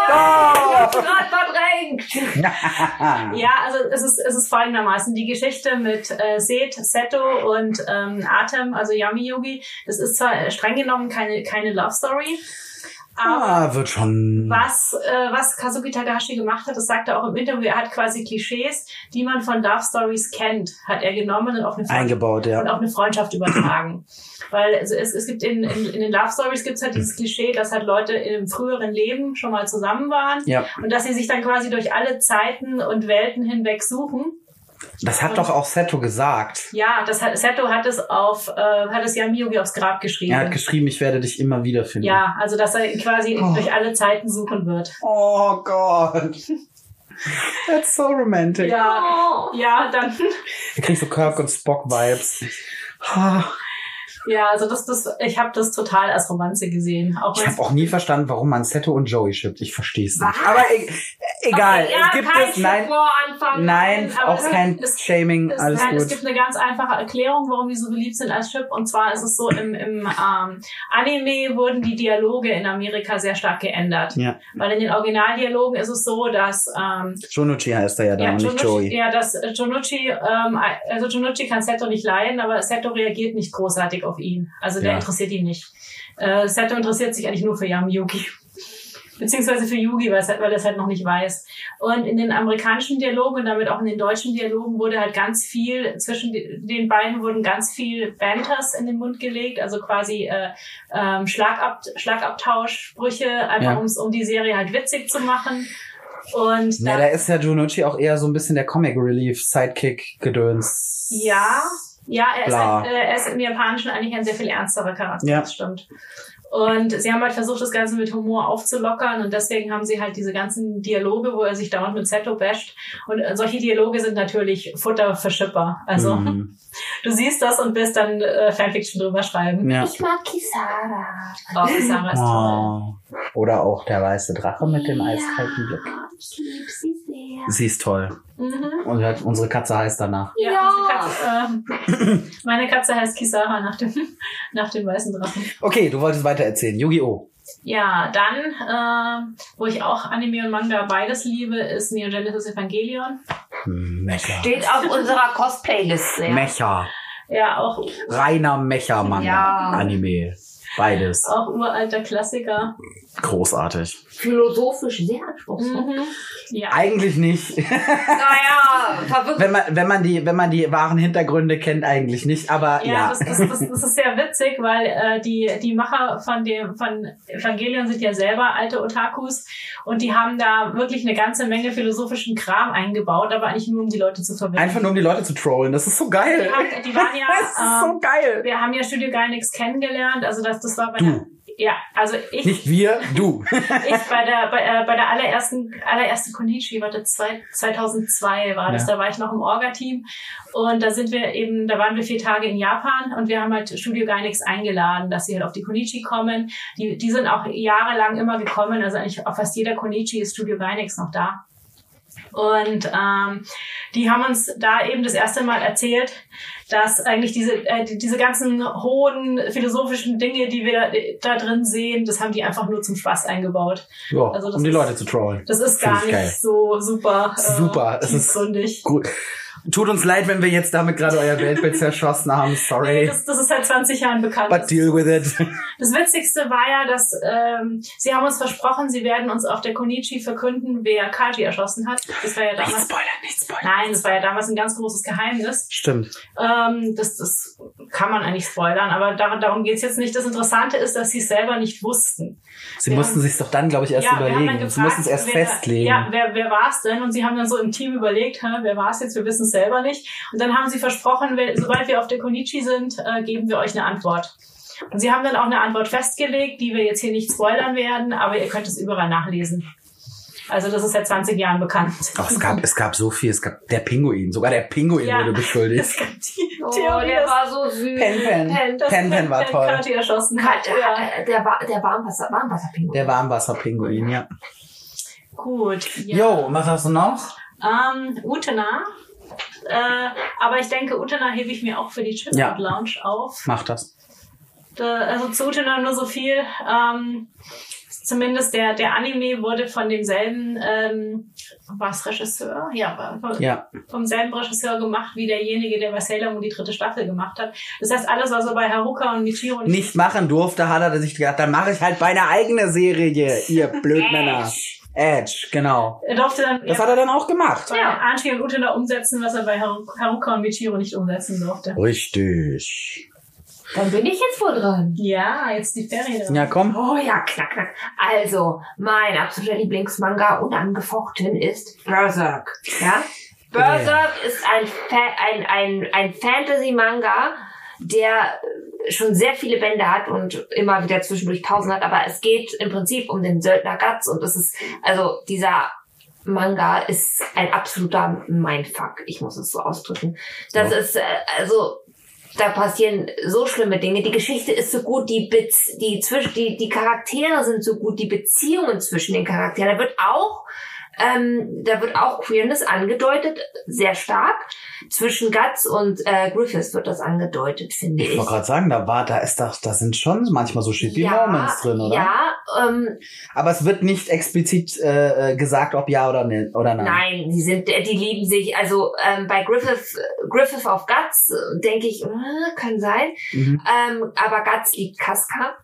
[SPEAKER 2] Ah!
[SPEAKER 3] Ich hab's grad verdrängt.
[SPEAKER 1] Ja, also es ist, es ist folgendermaßen. Die Geschichte mit äh, Seth, Seto und ähm, Atem, also Yami Yugi, das ist zwar äh, streng genommen keine, keine Love Story, Aber
[SPEAKER 2] Ah, wird schon.
[SPEAKER 1] was, äh, was Kazuki Takahashi gemacht hat, das sagt er auch im Interview, er hat quasi Klischees, die man von Love Stories kennt, hat er genommen und auf eine Freundschaft
[SPEAKER 2] Eingebaut,
[SPEAKER 1] und
[SPEAKER 2] ja.
[SPEAKER 1] auf eine Freundschaft übertragen. Weil also es, es gibt in, in, in den Love Stories gibt es halt dieses Klischee, dass halt Leute in einem früheren Leben schon mal zusammen waren
[SPEAKER 2] Ja,
[SPEAKER 1] und dass sie sich dann quasi durch alle Zeiten und Welten hinweg suchen.
[SPEAKER 2] das hat doch auch Seto gesagt.
[SPEAKER 1] Ja, das hat, Seto hat es auf, äh, hat es ja Miyugi aufs Grab geschrieben.
[SPEAKER 2] Er hat geschrieben, ich werde dich immer wiederfinden.
[SPEAKER 1] ja, also dass er quasi
[SPEAKER 2] Oh.
[SPEAKER 1] durch alle Zeiten suchen wird.
[SPEAKER 2] Oh Gott. That's so romantic.
[SPEAKER 1] Ja,
[SPEAKER 3] Oh.
[SPEAKER 1] ja, dann,
[SPEAKER 2] Wir kriegen so Kirk und Spock-Vibes. Ha,
[SPEAKER 1] ja, also das, das, ich habe das total als Romanze gesehen. Auch
[SPEAKER 2] Ich
[SPEAKER 1] wenn's-
[SPEAKER 2] habe auch nie verstanden, warum man Seto und Joey shippt. Ich verstehe es nicht. Aber e egal,
[SPEAKER 3] Okay, ja,
[SPEAKER 2] es gibt
[SPEAKER 3] kein
[SPEAKER 2] es. Nein,
[SPEAKER 3] Humor anfangen.
[SPEAKER 2] nein,
[SPEAKER 1] aber
[SPEAKER 2] auch
[SPEAKER 1] es-
[SPEAKER 2] kein
[SPEAKER 1] es-
[SPEAKER 2] Shaming,
[SPEAKER 1] Es,
[SPEAKER 2] alles
[SPEAKER 1] nein, halt äh, es
[SPEAKER 2] gut.
[SPEAKER 1] gibt eine ganz einfache Erklärung, warum die so beliebt sind als Chip. Und zwar ist es so, im, im ähm, Anime wurden die Dialoge in Amerika sehr stark geändert.
[SPEAKER 2] Ja.
[SPEAKER 1] Weil in den Originaldialogen ist es so, dass ähm,
[SPEAKER 2] Junuchi heißt er ja da
[SPEAKER 1] ja,
[SPEAKER 2] und nicht Joey.
[SPEAKER 1] Junucci, ja, dass äh, Junucci, ähm, also Junucci kann Seto nicht leiden, aber Seto reagiert nicht großartig auf ihn. Also der
[SPEAKER 2] Ja.
[SPEAKER 1] interessiert ihn nicht. Äh, Seto interessiert sich eigentlich nur für Yamiyuki. Beziehungsweise für Yugi, weil es halt- weil er es halt noch nicht weiß. Und in den amerikanischen Dialogen und damit auch in den deutschen Dialogen wurde halt ganz viel, zwischen die- den beiden wurden ganz viel Banters in den Mund gelegt, also quasi äh, ähm, Schlagab Schlagabtauschsprüche, einfach
[SPEAKER 2] Ja.
[SPEAKER 1] um's, um die Serie halt witzig zu machen. Und
[SPEAKER 2] Na,
[SPEAKER 1] da-
[SPEAKER 2] da ist ja Junucci auch eher so ein bisschen der Comic Relief Sidekick Gedöns.
[SPEAKER 1] Ja, ja, er ist,
[SPEAKER 2] Bla.
[SPEAKER 1] halt, äh, er ist im Japanischen eigentlich ein sehr viel ernsterer Charakter,
[SPEAKER 2] Ja.
[SPEAKER 1] das stimmt. Und sie haben halt versucht, das Ganze mit Humor aufzulockern und deswegen haben sie halt diese ganzen Dialoge, wo er sich dauernd mit Seto basht. Und äh, solche Dialoge sind natürlich Futter für Schipper. Also
[SPEAKER 2] Mhm.
[SPEAKER 1] du siehst das und willst dann äh, Fanfiction drüber schreiben.
[SPEAKER 2] Ja.
[SPEAKER 3] Ich mag Kisara.
[SPEAKER 1] Oh, Sarah ist toll.
[SPEAKER 2] Oh. Oder auch der weiße Drache mit dem eiskalten Blick.
[SPEAKER 3] Ja, Ich liebe sie sehr.
[SPEAKER 2] Sie ist toll.
[SPEAKER 1] Mhm.
[SPEAKER 2] Und hat- unsere Katze heißt danach.
[SPEAKER 1] Ja,
[SPEAKER 3] Ja.
[SPEAKER 1] unsere Katze, äh, meine Katze heißt Kisara nach dem, nach dem weißen Drachen.
[SPEAKER 2] Okay, du wolltest weiter erzählen. Yu-Gi-Oh!
[SPEAKER 1] Ja, dann, äh, wo ich auch Anime und Manga beides liebe, ist Neon Genesis Evangelion.
[SPEAKER 2] Mecha.
[SPEAKER 3] Steht auf unserer Cosplay-Liste. Ja.
[SPEAKER 2] Mecha.
[SPEAKER 1] Ja, auch,
[SPEAKER 2] Reiner Mecha-Manga.
[SPEAKER 3] Ja.
[SPEAKER 2] Anime. Beides.
[SPEAKER 1] auch uralter Klassiker.
[SPEAKER 2] Großartig.
[SPEAKER 3] Philosophisch sehr
[SPEAKER 2] Mhm.
[SPEAKER 3] anspruchsvoll.
[SPEAKER 1] Ja.
[SPEAKER 2] Eigentlich nicht.
[SPEAKER 3] Naja, verwirrt.
[SPEAKER 2] wenn, man, wenn, man die, wenn man die wahren Hintergründe kennt, eigentlich nicht. Aber
[SPEAKER 1] Ja,
[SPEAKER 2] ja.
[SPEAKER 1] Das, das, das, das ist sehr witzig, weil äh, die, die Macher von dem von Evangelion sind ja selber alte Otakus und die haben da wirklich eine ganze Menge philosophischen Kram eingebaut, aber eigentlich nur um die Leute zu verwirren.
[SPEAKER 2] Einfach nur um die Leute zu trollen. Das ist so geil.
[SPEAKER 1] Die haben- die waren ja,
[SPEAKER 2] das ist so
[SPEAKER 1] ähm,
[SPEAKER 2] geil.
[SPEAKER 1] wir haben ja Studio Gainax kennengelernt, also das, das war bei
[SPEAKER 2] Du.
[SPEAKER 1] der, ja, also ich
[SPEAKER 2] Nicht wir, du.
[SPEAKER 1] ich bei der, bei, äh, bei der allerersten, allerersten Konichi, warte, zwei, 2002 war das,
[SPEAKER 2] Ja.
[SPEAKER 1] da war ich noch im Orga-Team und da sind wir eben, da waren wir vier Tage in Japan und wir haben halt Studio Gainax eingeladen, dass sie halt auf die Konichi kommen. Die, die sind auch jahrelang immer gekommen, also eigentlich auf fast jeder Konichi ist Studio Gainax noch da. Und ähm, die haben uns da eben das erste Mal erzählt, dass eigentlich diese, äh, die- diese ganzen hohen philosophischen Dinge, die wir da, da drin sehen, das haben die einfach nur zum Spaß eingebaut.
[SPEAKER 2] Ja,
[SPEAKER 1] Also das
[SPEAKER 2] um die
[SPEAKER 1] ist-
[SPEAKER 2] Leute zu trollen.
[SPEAKER 1] Das ist
[SPEAKER 2] Find
[SPEAKER 1] gar
[SPEAKER 2] ich
[SPEAKER 1] nicht
[SPEAKER 2] geil.
[SPEAKER 1] so super.
[SPEAKER 2] Super,
[SPEAKER 1] Äh,
[SPEAKER 2] es ist-
[SPEAKER 1] tiefgründig.
[SPEAKER 2] Gut. Tut uns leid, wenn wir jetzt damit gerade euer Weltbild zerschossen haben.
[SPEAKER 1] Nee,
[SPEAKER 2] Sorry.
[SPEAKER 1] das, das ist seit 20 Jahren bekannt.
[SPEAKER 2] But deal with it.
[SPEAKER 1] Das Witzigste war ja, dass ähm, sie haben uns versprochen, sie werden uns auf der Konichi verkünden, wer Kaji erschossen hat. Das war ja damals.
[SPEAKER 2] nicht spoilern.
[SPEAKER 1] Nein, das war ja damals ein ganz großes Geheimnis.
[SPEAKER 2] Stimmt.
[SPEAKER 1] Ähm, das, das kann man eigentlich spoilern, aber dar darum geht's jetzt nicht. Das Interessante ist, dass sie es selber nicht wussten.
[SPEAKER 2] Sie
[SPEAKER 1] Wir
[SPEAKER 2] mussten sich doch dann, glaube ich, erst
[SPEAKER 1] ja, wir haben dann
[SPEAKER 2] überlegen.
[SPEAKER 1] gefragt,
[SPEAKER 2] Sie mussten es erst
[SPEAKER 1] wer,
[SPEAKER 2] festlegen.
[SPEAKER 1] Ja, wer, wer war es denn? Und sie haben dann so im Team überlegt, hä, wer war es jetzt? Wir wissen es selber nicht. Und dann haben sie versprochen, wenn, sobald wir auf der Konichi sind, äh, geben wir euch eine Antwort. Und sie haben dann auch eine Antwort festgelegt, die wir jetzt hier nicht spoilern werden, aber ihr könnt es überall nachlesen. Also das ist seit 20 Jahren bekannt.
[SPEAKER 2] Doch, es gab, es gab so viel. Es gab der Pinguin. Sogar der Pinguin
[SPEAKER 1] Ja.
[SPEAKER 2] wurde beschuldigt.
[SPEAKER 1] Es gab die
[SPEAKER 3] Oh,
[SPEAKER 1] Theorie,
[SPEAKER 3] der war so süß.
[SPEAKER 2] Pen Pen.
[SPEAKER 1] dass, dass
[SPEAKER 2] Pen Pen war
[SPEAKER 1] Pen
[SPEAKER 2] toll.
[SPEAKER 1] Kati erschossen
[SPEAKER 3] Ka-
[SPEAKER 1] hat. Ja.
[SPEAKER 3] äh, Der, war, der Warmwasser, Warmwasserpinguin.
[SPEAKER 2] Der Warmwasserpinguin, ja.
[SPEAKER 1] Gut. Ja.
[SPEAKER 2] Jo, und was hast du noch?
[SPEAKER 1] Ähm, Utena. Äh, aber ich denke, Utena hebe ich mir auch für die Chipboard
[SPEAKER 2] Ja.
[SPEAKER 1] Lounge auf.
[SPEAKER 2] Mach das.
[SPEAKER 1] Da, also zu Utena nur so viel. Ähm, zumindest der, der Anime wurde von demselben, ähm, was Regisseur? Ja, war- war-
[SPEAKER 2] Ja,
[SPEAKER 1] vom selben Regisseur gemacht wie derjenige, der bei Sailor Moon die dritte Staffel gemacht hat. Das heißt, alles, was er bei Haruka und Michiro
[SPEAKER 2] nicht machen durfte, hat er sich gedacht, dann mache ich halt meine eigene Serie, ihr Blödmänner. Edge, genau.
[SPEAKER 1] er durfte dann
[SPEAKER 2] Das
[SPEAKER 1] eher
[SPEAKER 2] hat er dann auch gemacht.
[SPEAKER 1] bei Anchi und Utena umsetzen, was er bei Haru- Haruka und Michiro nicht umsetzen durfte.
[SPEAKER 2] Richtig.
[SPEAKER 3] Dann bin ich jetzt wohl dran.
[SPEAKER 1] Ja, jetzt die Ferien.
[SPEAKER 2] Ja, komm.
[SPEAKER 3] Oh ja, knack, knack. Also, mein absoluter Lieblingsmanga unangefochten ist Berserk. Ja? Berserk ist ein, Fa ein, ein, ein Fantasy-Manga, der schon sehr viele Bände hat und immer wieder zwischendurch Pausen hat, aber es geht im Prinzip um den Söldner Guts und es ist, also dieser Manga ist ein absoluter Mindfuck. Ich muss es so ausdrücken. Das
[SPEAKER 2] Ja.
[SPEAKER 3] ist, äh, also, da passieren so schlimme Dinge. Die Geschichte ist so gut, die Bits, die zwischen, die, die Charaktere sind so gut, die Beziehungen zwischen den Charakteren. Da wird auch, ähm, da wird auch Queerness angedeutet, sehr stark. Zwischen Guts und äh, Griffiths wird das angedeutet, finde ich.
[SPEAKER 2] Ich wollte gerade sagen, da war, da ist das, da sind schon manchmal so shippy Moments drin, oder?
[SPEAKER 3] Ja, ähm,
[SPEAKER 2] Aber es wird nicht explizit äh, äh, gesagt, ob ja oder, ne, oder nein.
[SPEAKER 3] nein, die sind, äh, die lieben sich. Also ähm, bei Griffith, Griffith auf Guts äh, denke ich, äh, kann sein.
[SPEAKER 2] Mhm.
[SPEAKER 3] Ähm, aber Guts liebt Kaska.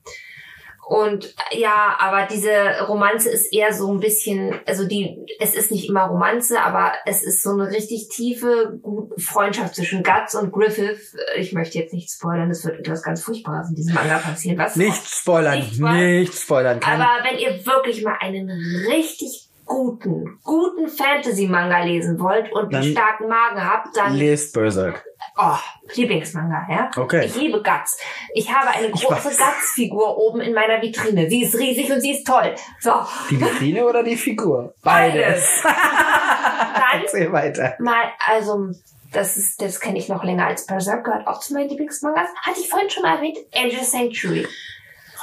[SPEAKER 3] Und äh, ja, aber diese Romanze ist eher so ein bisschen, also die, es ist nicht immer Romanze, aber es ist so eine richtig tiefe gute Freundschaft zwischen Guts und Griffith. Äh, Ich möchte jetzt nicht spoilern, es wird etwas ganz Furchtbares in diesem Manga passieren. Was?
[SPEAKER 2] Nicht spoilern,
[SPEAKER 3] Nicht
[SPEAKER 2] nicht,
[SPEAKER 3] spoilern.
[SPEAKER 2] spoilern. Kann.
[SPEAKER 3] Aber wenn ihr wirklich mal einen richtig guten, guten Fantasy-Manga lesen wollt und
[SPEAKER 2] Dann
[SPEAKER 3] einen starken Magen habt, dann
[SPEAKER 2] Lest Berserk.
[SPEAKER 3] oh, Lieblingsmanga, ja?
[SPEAKER 2] Okay.
[SPEAKER 3] Ich liebe Guts. Ich habe eine große
[SPEAKER 2] weiß.
[SPEAKER 3] Guts-Figur oben in meiner Vitrine. Sie ist riesig und sie ist toll. So,
[SPEAKER 2] Die Vitrine oder die Figur?
[SPEAKER 3] Beides. dann
[SPEAKER 2] Erzähl weiter.
[SPEAKER 3] mal, also das ist, das kenne ich noch länger als Berserk, gehört auch zu meinen Lieblingsmangas. Hatte ich vorhin schon mal erwähnt, Angel Sanctuary.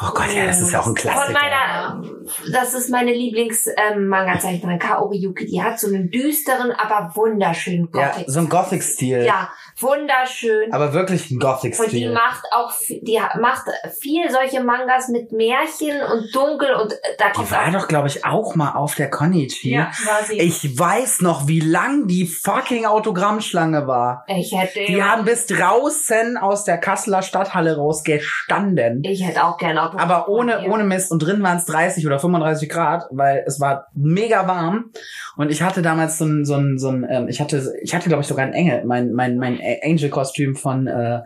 [SPEAKER 2] Oh Gott, ja, das ist ja auch ein Klassiker.
[SPEAKER 3] Von meiner, das ist meine Lieblings-Manga-Zeichnerin, Kaori Yuki. Die hat so einen düsteren, aber wunderschönen
[SPEAKER 2] ja,
[SPEAKER 3] Gothic.
[SPEAKER 2] so ein Gothic-Stil.
[SPEAKER 3] ja wunderschön.
[SPEAKER 2] Aber wirklich ein
[SPEAKER 3] Und die
[SPEAKER 2] Gothic-Stil.
[SPEAKER 3] macht auch, f- die ha- macht viel solche Mangas mit Märchen und dunkel und äh, da
[SPEAKER 2] Die
[SPEAKER 3] kommt
[SPEAKER 2] war
[SPEAKER 3] auch,
[SPEAKER 2] doch, glaube ich, auch mal auf der Konichi.
[SPEAKER 1] ja war sie.
[SPEAKER 2] Ich weiß noch, wie lang die fucking Autogrammschlange war.
[SPEAKER 3] ich hätte,
[SPEAKER 2] Die haben bis draußen aus der Kasseler Stadthalle raus gestanden.
[SPEAKER 3] ich hätte auch gerne Autogramm
[SPEAKER 2] Aber ohne,
[SPEAKER 3] von ihr.
[SPEAKER 2] ohne Mist. Und drin waren es 30 oder 35 Grad, weil es war mega warm. Und ich hatte damals so ein, so ein, so ein ähm, ich hatte, ich hatte, glaube ich, sogar ein Engel, mein, mein, mein Angel-Kostüm von, äh,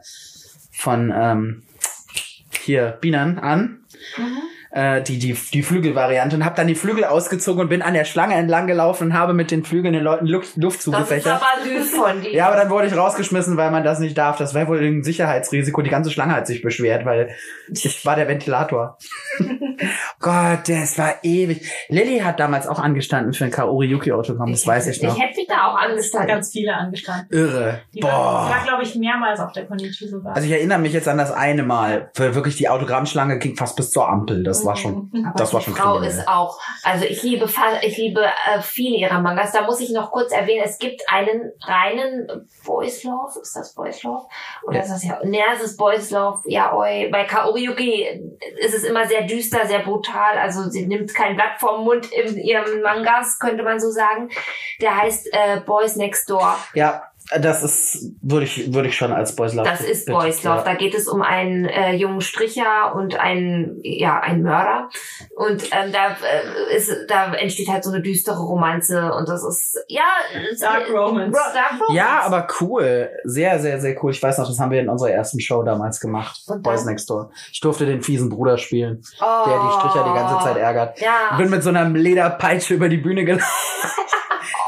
[SPEAKER 2] von, ähm, hier, Binan an.
[SPEAKER 3] Mhm.
[SPEAKER 2] Äh, die, die, die Flügelvariante und habe dann die Flügel ausgezogen und bin an der Schlange entlang gelaufen und habe mit den Flügeln den Leuten Luft, Luft
[SPEAKER 3] Das ist
[SPEAKER 2] zugefächert.
[SPEAKER 3] aber süß von dir.
[SPEAKER 2] Ja, aber dann wurde ich rausgeschmissen, weil man das nicht darf. Das wäre wohl ein Sicherheitsrisiko. Die ganze Schlange hat sich beschwert, weil ich war der Ventilator. Gott, das war ewig. Lilly hat damals auch angestanden für ein Kaori Yuki Autogramm, das weiß ich noch.
[SPEAKER 3] Ich hätte mich da auch angestanden.
[SPEAKER 1] ganz viele angestanden.
[SPEAKER 2] Irre.
[SPEAKER 1] Die war, die war
[SPEAKER 2] Boah.
[SPEAKER 1] glaube ich, mehrmals auf der Konnichiwa sogar.
[SPEAKER 2] Also ich erinnere mich jetzt an das eine Mal. Weil wirklich die Autogrammschlange ging fast bis zur Ampel. Das war schon, das war schon
[SPEAKER 3] Mhm. die Frau
[SPEAKER 2] kriminell.
[SPEAKER 3] ist auch. Also ich liebe fa- ich liebe äh, viele ihrer Mangas. Da muss ich noch kurz erwähnen, es gibt einen reinen Boys Love, ist das Boys Love? Oder
[SPEAKER 2] Ja.
[SPEAKER 3] ist das ja ne, es ist Boys Love. Ja, oi. bei Kaoriyuki ist es immer sehr düster, sehr brutal. Also sie nimmt kein Blatt vom Mund in ihren Mangas, könnte man so sagen. Der heißt äh, Boys Next Door.
[SPEAKER 2] Ja, das ist, würde ich, würde ich schon als Boys Love.
[SPEAKER 3] Das ist
[SPEAKER 2] betiteln,
[SPEAKER 3] Boys Love.
[SPEAKER 2] ja.
[SPEAKER 3] Da geht es um einen äh, jungen Stricher und einen, ja, einen Mörder. Und ähm, da, äh, ist, da entsteht halt so eine düstere Romanze und das ist, ja, es-
[SPEAKER 1] Dark Romance.
[SPEAKER 3] Ro- Dark Romance.
[SPEAKER 2] Ja, aber cool. Sehr, sehr, sehr cool. Ich weiß noch, das haben wir in unserer ersten Show damals gemacht.
[SPEAKER 3] Und
[SPEAKER 2] Boys
[SPEAKER 3] dann-
[SPEAKER 2] Next Door. Ich durfte den fiesen Bruder spielen,
[SPEAKER 3] oh.
[SPEAKER 2] der die Stricher die ganze Zeit ärgert. Ich
[SPEAKER 3] Ja,
[SPEAKER 2] bin mit so einer Lederpeitsche über die Bühne gelaufen.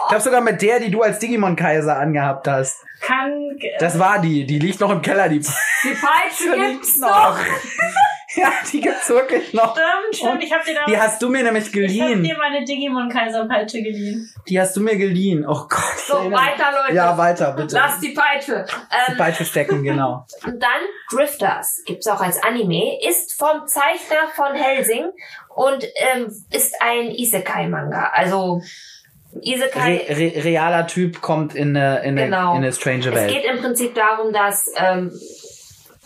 [SPEAKER 2] Ich habe sogar mit der, die du als Digimon-Kaiser angehabt hast.
[SPEAKER 1] kann,
[SPEAKER 2] Das war die. Die liegt noch im Keller, die
[SPEAKER 3] die Peitsche
[SPEAKER 2] Peitsche
[SPEAKER 3] gibt's noch.
[SPEAKER 2] ja, die gibt's wirklich noch.
[SPEAKER 1] stimmt, stimmt. Ich habe dir da
[SPEAKER 2] Die hast du mir nämlich
[SPEAKER 1] ich hab dir
[SPEAKER 2] geliehen.
[SPEAKER 1] meine Digimon-Kaiserpeitsche geliehen.
[SPEAKER 2] Die hast du mir geliehen. Oh Gott. ich
[SPEAKER 3] So,
[SPEAKER 2] erinnere mich.
[SPEAKER 3] weiter, Leute.
[SPEAKER 2] Ja, weiter, bitte.
[SPEAKER 3] Lass die Peitsche.
[SPEAKER 2] die
[SPEAKER 3] Ähm,
[SPEAKER 2] Peitsche stecken, genau.
[SPEAKER 3] Und dann Drifters, gibt's auch als Anime, ist vom Zeichner von Helsing und ähm, ist ein Isekai-Manga. Also
[SPEAKER 2] Re
[SPEAKER 3] Isekai.
[SPEAKER 2] re realer Typ kommt in eine, in eine,
[SPEAKER 3] Genau.
[SPEAKER 2] in eine strange
[SPEAKER 3] es
[SPEAKER 2] Welt.
[SPEAKER 3] geht im Prinzip darum, dass ähm,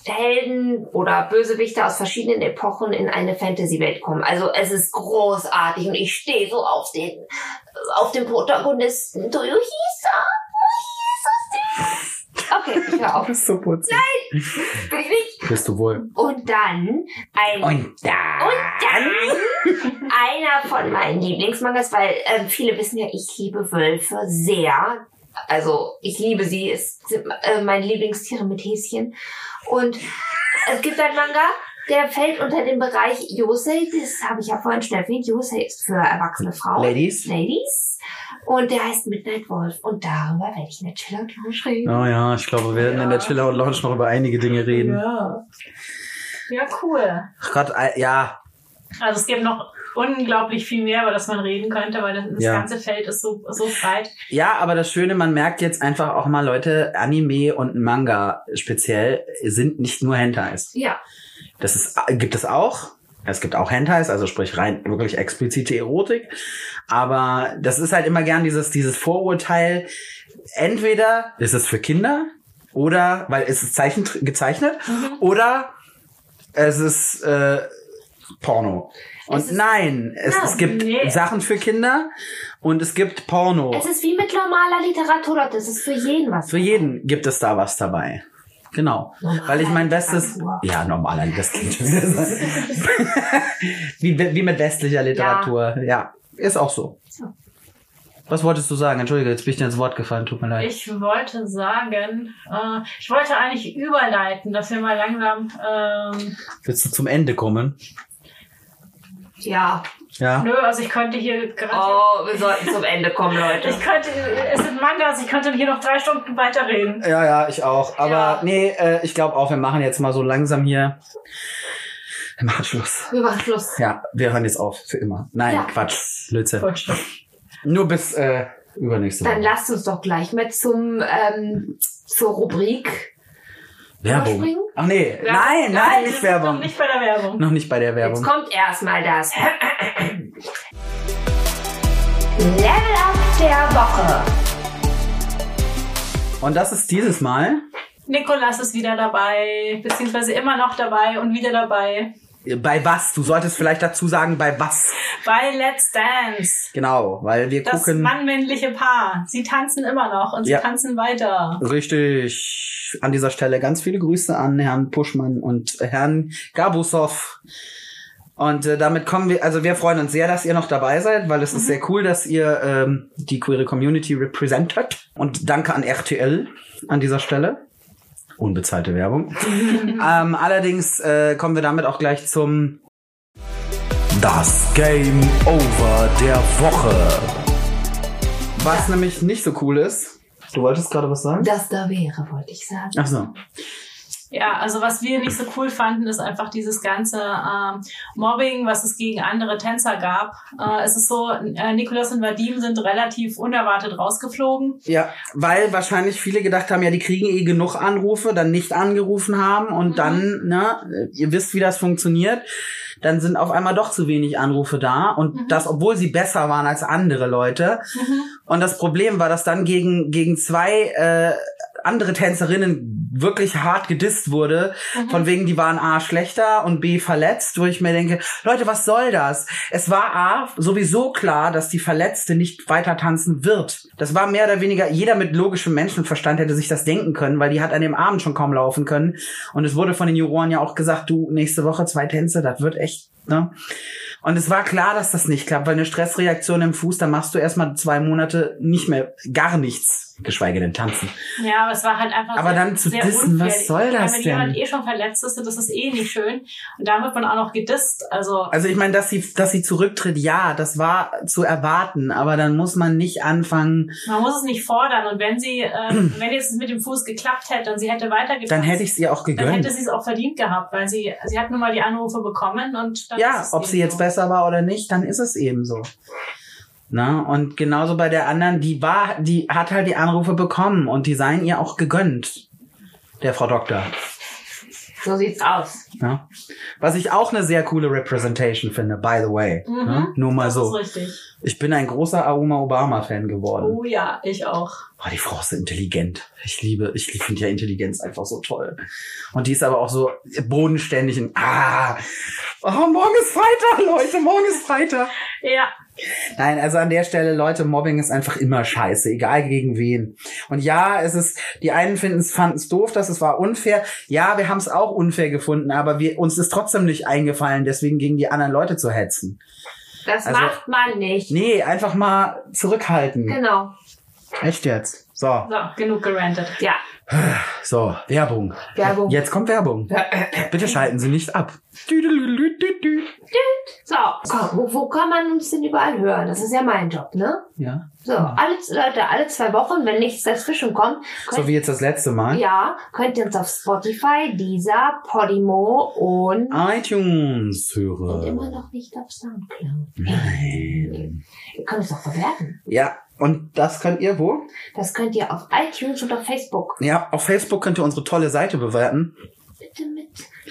[SPEAKER 3] Helden oder Bösewichte aus verschiedenen Epochen in eine Fantasy-Welt kommen. Also es ist großartig und ich stehe so auf den, auf den Protagonisten. Do you Okay, ich hör auf.
[SPEAKER 2] Bist du putzig?
[SPEAKER 3] Bin ich nicht.
[SPEAKER 2] Bist du wohl.
[SPEAKER 3] Und dann ein
[SPEAKER 2] Und da.
[SPEAKER 3] Und dann einer von meinen Lieblingsmangas, weil ähm, viele wissen ja, ich liebe Wölfe sehr. Also ich liebe sie, es sind äh, meine Lieblingstiere mit Häschen. Und es gibt ein Manga, der fällt unter den Bereich Yosei, das habe ich ja vorhin schon erwähnt. Yosei ist für erwachsene Frauen.
[SPEAKER 2] Ladies?
[SPEAKER 3] Ladies. Und der heißt Midnight Wolf. Und darüber werde ich in der Chiller Lounge reden.
[SPEAKER 2] Oh ja, ich glaube, wir werden in der Chiller und Lounge noch über einige Dinge reden.
[SPEAKER 1] Ja. Ja, cool.
[SPEAKER 2] Ach Gott, äh, ja.
[SPEAKER 1] Also es gibt noch unglaublich viel mehr, über das man reden könnte, weil das, das
[SPEAKER 2] Ja.
[SPEAKER 1] ganze Feld ist so, so breit.
[SPEAKER 2] Ja, aber das Schöne, man merkt jetzt einfach auch mal, Leute, Anime und Manga speziell sind nicht nur Hentais.
[SPEAKER 3] Ja,
[SPEAKER 2] Das ist, äh, gibt es auch. Es gibt auch Hentais, also sprich rein wirklich explizite Erotik. Aber das ist halt immer gern dieses, dieses Vorurteil. Entweder ist es für Kinder oder, weil es ist zeichen, gezeichnet,
[SPEAKER 3] Mhm.
[SPEAKER 2] oder es ist äh, Porno. Und
[SPEAKER 3] Es ist-
[SPEAKER 2] nein, es, es
[SPEAKER 3] Nein,
[SPEAKER 2] gibt
[SPEAKER 1] nee.
[SPEAKER 2] Sachen für Kinder und es gibt Porno.
[SPEAKER 3] es ist wie mit normaler Literatur, das ist für jeden was.
[SPEAKER 2] Für jeden gibt es da was dabei. Genau.
[SPEAKER 3] Normaler
[SPEAKER 2] Weil ich mein Bestes.
[SPEAKER 3] Literatur.
[SPEAKER 2] Ja, normaler, das klingt schon wieder so. wie, wie mit westlicher Literatur. Ja. ist auch so.
[SPEAKER 3] So.
[SPEAKER 2] Was wolltest du sagen? Entschuldige, jetzt bin ich dir ins Wort gefallen, tut mir leid.
[SPEAKER 1] Ich wollte sagen, äh, ich wollte eigentlich überleiten, dass wir mal langsam ähm,
[SPEAKER 2] Willst du zum Ende kommen?
[SPEAKER 3] Ja,
[SPEAKER 2] Ja.
[SPEAKER 1] Nö, also ich könnte hier gerade.
[SPEAKER 3] Oh, wir sollten zum Ende kommen, Leute.
[SPEAKER 1] Ich könnte, es sind Mangas, ich könnte hier noch drei Stunden weiterreden.
[SPEAKER 2] Ja, ja, ich auch. Aber
[SPEAKER 1] Ja.
[SPEAKER 2] nee, äh, ich glaube auch, wir machen jetzt mal so langsam hier. Wir machen Schluss.
[SPEAKER 3] Wir machen Schluss.
[SPEAKER 2] Ja, wir hören jetzt auf, für immer. Nein,
[SPEAKER 3] Ja.
[SPEAKER 2] Quatsch, Blödsinn.
[SPEAKER 1] Gut.
[SPEAKER 2] Nur bis äh, übernächste
[SPEAKER 3] Dann
[SPEAKER 2] Woche.
[SPEAKER 3] lasst uns doch gleich mal zum, ähm, zur Rubrik.
[SPEAKER 2] Werbung.
[SPEAKER 3] überspringen?
[SPEAKER 2] Ach nee, nein, nein, nicht Werbung.
[SPEAKER 1] Noch nicht bei der Werbung.
[SPEAKER 2] Noch nicht bei der
[SPEAKER 3] Jetzt
[SPEAKER 2] Werbung.
[SPEAKER 3] kommt erstmal das Level Up der Woche.
[SPEAKER 2] Und das ist dieses Mal
[SPEAKER 1] Nikolas ist wieder dabei, beziehungsweise immer noch dabei und wieder dabei
[SPEAKER 2] bei was? Du solltest vielleicht dazu sagen, bei was.
[SPEAKER 1] bei Let's Dance.
[SPEAKER 2] Genau, weil wir
[SPEAKER 1] Das
[SPEAKER 2] gucken.
[SPEAKER 1] mannmännliche Paar. Sie tanzen immer noch und sie
[SPEAKER 2] Ja.
[SPEAKER 1] tanzen weiter.
[SPEAKER 2] Richtig. An dieser Stelle ganz viele Grüße an Herrn Puschmann und Herrn Gabusow. Und äh, damit kommen wir, also wir freuen uns sehr, dass ihr noch dabei seid, weil es ist sehr cool, dass ihr ähm, die queere Community representet. Und danke an RTL an dieser Stelle. Unbezahlte Werbung. ähm, allerdings äh, kommen wir damit auch gleich zum Das Game Over der Woche. Was nämlich nicht so cool ist. Du wolltest gerade was sagen?
[SPEAKER 3] Das da wäre, wollte ich sagen.
[SPEAKER 2] Ach so.
[SPEAKER 1] Ja, also was wir nicht so cool fanden, ist einfach dieses ganze ähm, Mobbing, was es gegen andere Tänzer gab. Äh, es ist so, äh, Nikolas und Vadim sind relativ unerwartet rausgeflogen.
[SPEAKER 2] Ja, weil wahrscheinlich viele gedacht haben, ja, die kriegen eh genug Anrufe, dann nicht angerufen haben und dann, ne, ihr wisst, wie das funktioniert, dann sind auf einmal doch zu wenig Anrufe da und das, obwohl sie besser waren als andere Leute. Und das Problem war, dass dann gegen, gegen zwei äh, andere Tänzerinnen wirklich hart gedisst wurde, von wegen, die waren A schlechter und B verletzt, wo ich mir denke, Leute, was soll das? Es war A sowieso klar, dass die Verletzte nicht weiter tanzen wird. Das war mehr oder weniger, jeder mit logischem Menschenverstand hätte sich das denken können, weil die hat an dem Abend schon kaum laufen können. Und es wurde von den Juroren ja auch gesagt, du, nächste Woche zwei Tänze, das wird echt, ne? Und es war klar, dass das nicht klappt, weil eine Stressreaktion im Fuß, da machst du erstmal zwei Monate nicht mehr gar nichts, geschweige denn tanzen.
[SPEAKER 1] Ja, aber es war halt einfach
[SPEAKER 2] Aber
[SPEAKER 1] sehr,
[SPEAKER 2] dann zu
[SPEAKER 1] sehr
[SPEAKER 2] dissen,
[SPEAKER 1] unfair.
[SPEAKER 2] was soll
[SPEAKER 1] Ich meine,
[SPEAKER 2] das
[SPEAKER 1] Wenn
[SPEAKER 2] denn?
[SPEAKER 1] jemand eh schon verletzt ist, das ist eh nicht schön. Und dann wird man auch noch gedisst. Also,
[SPEAKER 2] Also ich meine, dass sie, dass sie zurücktritt, ja, das war zu erwarten, aber dann muss man nicht anfangen,
[SPEAKER 1] man muss es nicht fordern. Und wenn sie, ähm, wenn jetzt es mit dem Fuß geklappt hätte und sie hätte weitergetan,
[SPEAKER 2] dann hätte ich es ihr auch
[SPEAKER 1] dann hätte
[SPEAKER 2] gegönnt.
[SPEAKER 1] sie es auch verdient gehabt, weil sie, sie hat nun mal die Anrufe bekommen und dann ist
[SPEAKER 2] Ja,
[SPEAKER 1] es
[SPEAKER 2] ob
[SPEAKER 1] eben
[SPEAKER 2] sie jetzt
[SPEAKER 1] so.
[SPEAKER 2] besser war oder nicht, dann ist es eben so. Na, und genauso bei der anderen, die war, die hat halt die Anrufe bekommen und die seien ihr auch gegönnt. Der Frau Doktor.
[SPEAKER 3] So sieht's aus.
[SPEAKER 2] Ja. Was ich auch eine sehr coole Representation finde, by the way.
[SPEAKER 1] Mhm.
[SPEAKER 2] Ne? Nur mal
[SPEAKER 1] Das
[SPEAKER 2] so.
[SPEAKER 1] ist richtig.
[SPEAKER 2] Ich bin ein großer Auma Obama-Fan geworden.
[SPEAKER 1] Oh ja, ich auch.
[SPEAKER 2] Boah, die Frau ist so intelligent. Ich liebe, ich finde ja Intelligenz einfach so toll. Und die ist aber auch so bodenständig und ah, oh, morgen ist Freitag, Leute, morgen ist Freitag.
[SPEAKER 1] Ja,
[SPEAKER 2] Nein, also an der Stelle, Leute, Mobbing ist einfach immer scheiße, egal gegen wen. Und ja, es ist, die einen finden es, fanden es doof, dass es war unfair. Ja, wir haben es auch unfair gefunden, aber wir, uns ist trotzdem nicht eingefallen, deswegen gegen die anderen Leute zu hetzen.
[SPEAKER 3] Das
[SPEAKER 2] Also-
[SPEAKER 3] macht man nicht.
[SPEAKER 2] Nee, einfach mal zurückhalten.
[SPEAKER 3] Genau.
[SPEAKER 2] Echt jetzt. So,
[SPEAKER 1] so, genug gerantet.
[SPEAKER 3] Ja.
[SPEAKER 2] so, Werbung.
[SPEAKER 3] Werbung.
[SPEAKER 2] Jetzt kommt Werbung. Bitte schalten Sie nicht ab. Düdelüdelüdelüdelü.
[SPEAKER 3] So, komm, wo, wo kann man uns denn überall hören? Das ist ja mein Job, ne?
[SPEAKER 2] Ja.
[SPEAKER 3] So, alle, Leute, alle zwei Wochen, wenn nichts dazwischen kommt, könnt,
[SPEAKER 2] So wie jetzt das letzte Mal.
[SPEAKER 3] ja, könnt ihr uns auf Spotify, Deezer, Podimo und,
[SPEAKER 2] iTunes
[SPEAKER 3] und immer
[SPEAKER 2] höre.
[SPEAKER 3] noch nicht auf Soundcloud.
[SPEAKER 2] Nein.
[SPEAKER 3] Ihr könnt es doch bewerten.
[SPEAKER 2] Ja, und das könnt ihr wo?
[SPEAKER 3] Das könnt ihr auf iTunes und auf Facebook.
[SPEAKER 2] Ja, auf Facebook könnt ihr unsere tolle Seite bewerten.
[SPEAKER 3] Bitte mit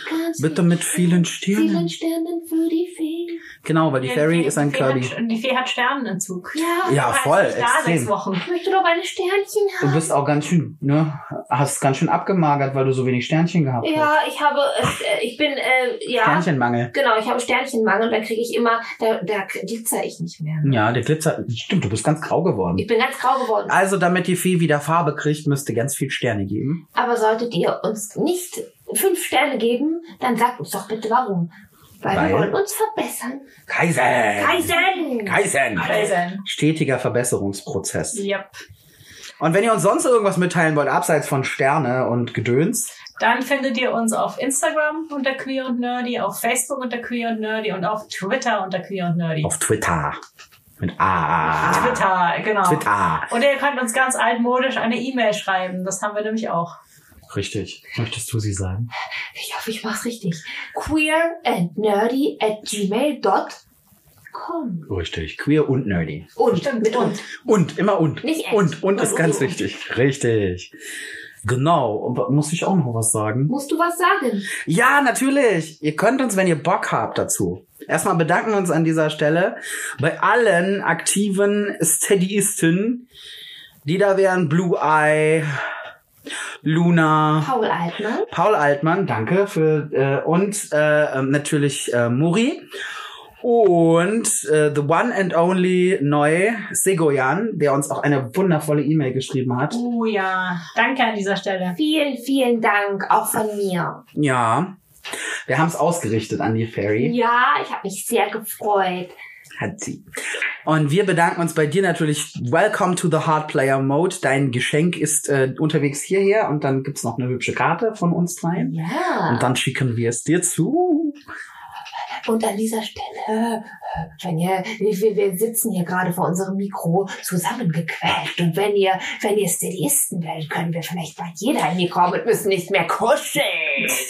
[SPEAKER 3] ganz
[SPEAKER 2] Bitte mit vielen
[SPEAKER 3] vielen
[SPEAKER 2] Sternen.
[SPEAKER 3] Sternen für die Fee.
[SPEAKER 2] Genau, weil die Fairy ist ein
[SPEAKER 1] Fee hat-
[SPEAKER 2] Kirby.
[SPEAKER 1] Die Fee hat Sternenentzug.
[SPEAKER 3] Ja,
[SPEAKER 2] Ja,
[SPEAKER 1] War jetzt
[SPEAKER 2] voll,
[SPEAKER 1] nicht Da
[SPEAKER 2] extrem.
[SPEAKER 1] sechs Wochen.
[SPEAKER 3] ich möchte doch meine Sternchen haben.
[SPEAKER 2] Du bist auch ganz schön, ne? Hast ganz schön abgemagert, weil du so wenig Sternchen gehabt hast.
[SPEAKER 3] Ja, ich habe, äh, ich bin, äh, ja.
[SPEAKER 2] Sternchenmangel.
[SPEAKER 3] Genau, ich habe Sternchenmangel und dann kriege ich immer, da, da glitzer ich nicht mehr.
[SPEAKER 2] Ja, der Glitzer. Stimmt, du bist ganz grau geworden.
[SPEAKER 3] Ich bin ganz grau geworden.
[SPEAKER 2] Also, damit die Fee wieder Farbe kriegt, müsste ganz viel Sterne geben.
[SPEAKER 3] Aber solltet ihr uns nicht fünf Sterne geben, dann sagt uns doch bitte warum. Weil,
[SPEAKER 2] Weil?
[SPEAKER 3] wir wollen uns verbessern.
[SPEAKER 2] Kaiser!
[SPEAKER 3] Kaisen!
[SPEAKER 2] Kaiser!
[SPEAKER 1] Kaizen.
[SPEAKER 2] Stetiger Verbesserungsprozess.
[SPEAKER 1] Yep.
[SPEAKER 2] Und wenn ihr uns sonst irgendwas mitteilen wollt, abseits von Sterne und Gedöns,
[SPEAKER 1] Dann findet ihr uns auf Instagram unter Queer und Nerdy, auf Facebook unter Queer und Nerdy und auf Twitter unter Queer und Nerdy.
[SPEAKER 2] auf Twitter. Mit A.
[SPEAKER 1] Twitter, genau.
[SPEAKER 2] Twitter.
[SPEAKER 1] Oder ihr könnt uns ganz altmodisch eine E-Mail schreiben. Das haben wir nämlich auch.
[SPEAKER 2] Richtig. Möchtest du sie sagen?
[SPEAKER 3] Ich hoffe, ich mach's richtig. Queer and nerdy at gmail.com.
[SPEAKER 2] Richtig. Queer und nerdy.
[SPEAKER 3] Und
[SPEAKER 1] Stimmt.
[SPEAKER 3] mit uns.
[SPEAKER 2] Und, immer und.
[SPEAKER 3] Nicht echt.
[SPEAKER 2] Und, und
[SPEAKER 3] Und,
[SPEAKER 2] ist
[SPEAKER 3] und,
[SPEAKER 2] ganz
[SPEAKER 3] und.
[SPEAKER 2] wichtig. Richtig. Genau. Und wa- Muss ich auch noch was sagen?
[SPEAKER 3] Musst du was sagen?
[SPEAKER 2] Ja, natürlich. Ihr könnt uns, wenn ihr Bock habt, dazu. Erstmal bedanken wir uns an dieser Stelle bei allen aktiven Steadyisten, die da wären. Blue Eye, Luna,
[SPEAKER 3] Paul ah, Altmann.
[SPEAKER 2] Paul Altmann, danke für äh, und äh, ähm, natürlich äh, Muri und äh, the one and only neu Segoyan, der uns auch eine wundervolle E-Mail geschrieben hat.
[SPEAKER 1] Oh ja. Danke an dieser Stelle.
[SPEAKER 3] Vielen, vielen Dank, auch von mir.
[SPEAKER 2] Ja, wir haben es ausgerichtet an die Fairy,
[SPEAKER 3] Ja, ich habe mich sehr gefreut.
[SPEAKER 2] hat sie. Und wir bedanken uns bei dir natürlich. Welcome to the Hard Player Mode. Dein Geschenk ist äh, unterwegs hierher und dann gibt's noch eine hübsche Karte von uns dreien.
[SPEAKER 3] Ja.
[SPEAKER 2] Und dann schicken wir es dir zu.
[SPEAKER 3] Und an dieser Stelle, äh, wenn ihr, wir, wir sitzen hier gerade vor unserem Mikro zusammengequetscht. Und wenn ihr, wenn ihr Stilisten werdet, können wir vielleicht bald jeder ein Mikro haben und müssen nicht mehr kuscheln.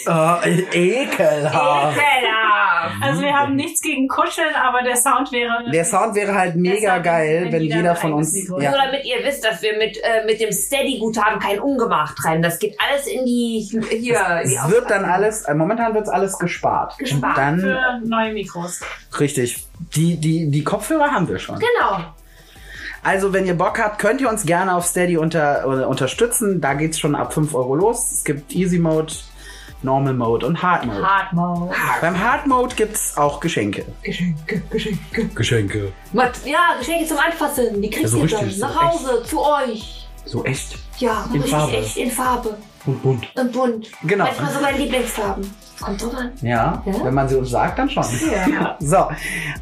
[SPEAKER 2] Äh, ekelhaft.
[SPEAKER 3] Ekelhaft.
[SPEAKER 1] Also wir haben nichts gegen Kuscheln, aber der Sound wäre...
[SPEAKER 2] Der Sound wäre halt mega
[SPEAKER 1] Sound,
[SPEAKER 2] geil, wenn jeder
[SPEAKER 1] ein
[SPEAKER 2] von
[SPEAKER 1] eigenes
[SPEAKER 2] uns.
[SPEAKER 1] Mikro
[SPEAKER 3] Nur
[SPEAKER 2] Ja.
[SPEAKER 3] damit ihr wisst, dass wir mit, äh, mit dem Steady-Guthaben kein Ungemach treiben. Das geht alles in die, hier, in die
[SPEAKER 2] Es wird dann alles, äh, momentan wird alles gespart.
[SPEAKER 3] Gespart
[SPEAKER 2] Und dann,
[SPEAKER 1] Für neue Mikros.
[SPEAKER 2] richtig, die, die, die Kopfhörer haben wir schon.
[SPEAKER 3] Genau.
[SPEAKER 2] Also, wenn ihr Bock habt, könnt ihr uns gerne auf Steady unter, äh, unterstützen. Da geht's schon ab 5 Euro los. Es gibt Easy Mode, Normal Mode und Hard Mode.
[SPEAKER 1] Hard Mode.
[SPEAKER 2] Beim Hard Mode gibt's auch Geschenke.
[SPEAKER 3] Geschenke, Geschenke.
[SPEAKER 2] Geschenke.
[SPEAKER 3] Mat ja, Geschenke zum Anfassen. Die kriegt
[SPEAKER 2] Ja, so
[SPEAKER 3] ihr
[SPEAKER 2] richtig,
[SPEAKER 3] dann
[SPEAKER 2] so
[SPEAKER 3] nach Hause, zu euch.
[SPEAKER 2] So echt
[SPEAKER 3] Ja,
[SPEAKER 2] In
[SPEAKER 3] richtig
[SPEAKER 2] Farbe.
[SPEAKER 3] echt in Farbe
[SPEAKER 2] und bunt.
[SPEAKER 3] und bunt.
[SPEAKER 2] Genau.
[SPEAKER 3] Manchmal sogar in Lieblingsfarben. Kommt drauf an.
[SPEAKER 2] Ja,
[SPEAKER 3] Ja?
[SPEAKER 2] wenn man sie uns sagt, dann schon. So,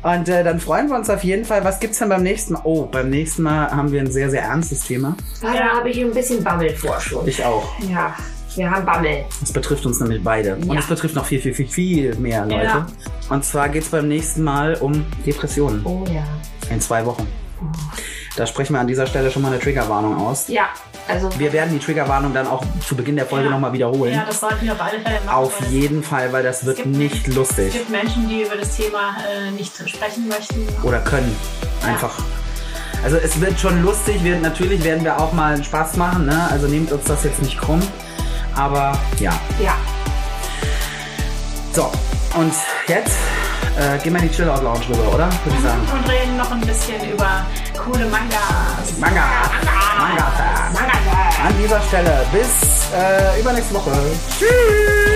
[SPEAKER 2] und äh, dann freuen wir uns auf jeden Fall. Was gibt's denn beim nächsten Mal? Oh, beim nächsten Mal haben wir ein sehr, sehr ernstes Thema.
[SPEAKER 3] Da
[SPEAKER 1] Ja.
[SPEAKER 3] habe ich ein bisschen Bammel vor schon.
[SPEAKER 2] Ich auch.
[SPEAKER 3] Ja, wir haben Bammel.
[SPEAKER 2] Es betrifft uns nämlich beide. Und
[SPEAKER 3] Ja.
[SPEAKER 2] es betrifft noch viel, viel, viel, viel mehr Leute.
[SPEAKER 1] Ja.
[SPEAKER 2] Und zwar geht's beim nächsten Mal um Depressionen
[SPEAKER 3] Oh ja.
[SPEAKER 2] in zwei Wochen.
[SPEAKER 1] Oh.
[SPEAKER 2] Da sprechen wir an dieser Stelle schon mal eine Triggerwarnung aus.
[SPEAKER 3] Ja, also
[SPEAKER 2] Wir werden die Triggerwarnung dann auch zu Beginn der Folge
[SPEAKER 1] Ja.
[SPEAKER 2] nochmal wiederholen.
[SPEAKER 1] Ja, das sollten wir auf alle Fälle machen.
[SPEAKER 2] auf
[SPEAKER 1] weil
[SPEAKER 2] jeden Fall, weil das wird
[SPEAKER 1] gibt-
[SPEAKER 2] nicht
[SPEAKER 1] Es
[SPEAKER 2] lustig.
[SPEAKER 1] gibt Menschen, die über das Thema äh, nicht sprechen möchten.
[SPEAKER 2] Oder können. Einfach. Also es wird schon lustig, wir, natürlich werden wir auch mal einen Spaß machen, ne? Also nehmt uns das jetzt nicht krumm. Aber ja.
[SPEAKER 3] ja.
[SPEAKER 2] So, und jetzt äh, gehen wir in die Chill Out Lounge rüber, oder? Würde ich sagen.
[SPEAKER 1] Und reden noch ein bisschen über coole Mangas.
[SPEAKER 2] Manga! Manga! Manga! An dieser Stelle bis äh, übernächste Woche. Tschüss!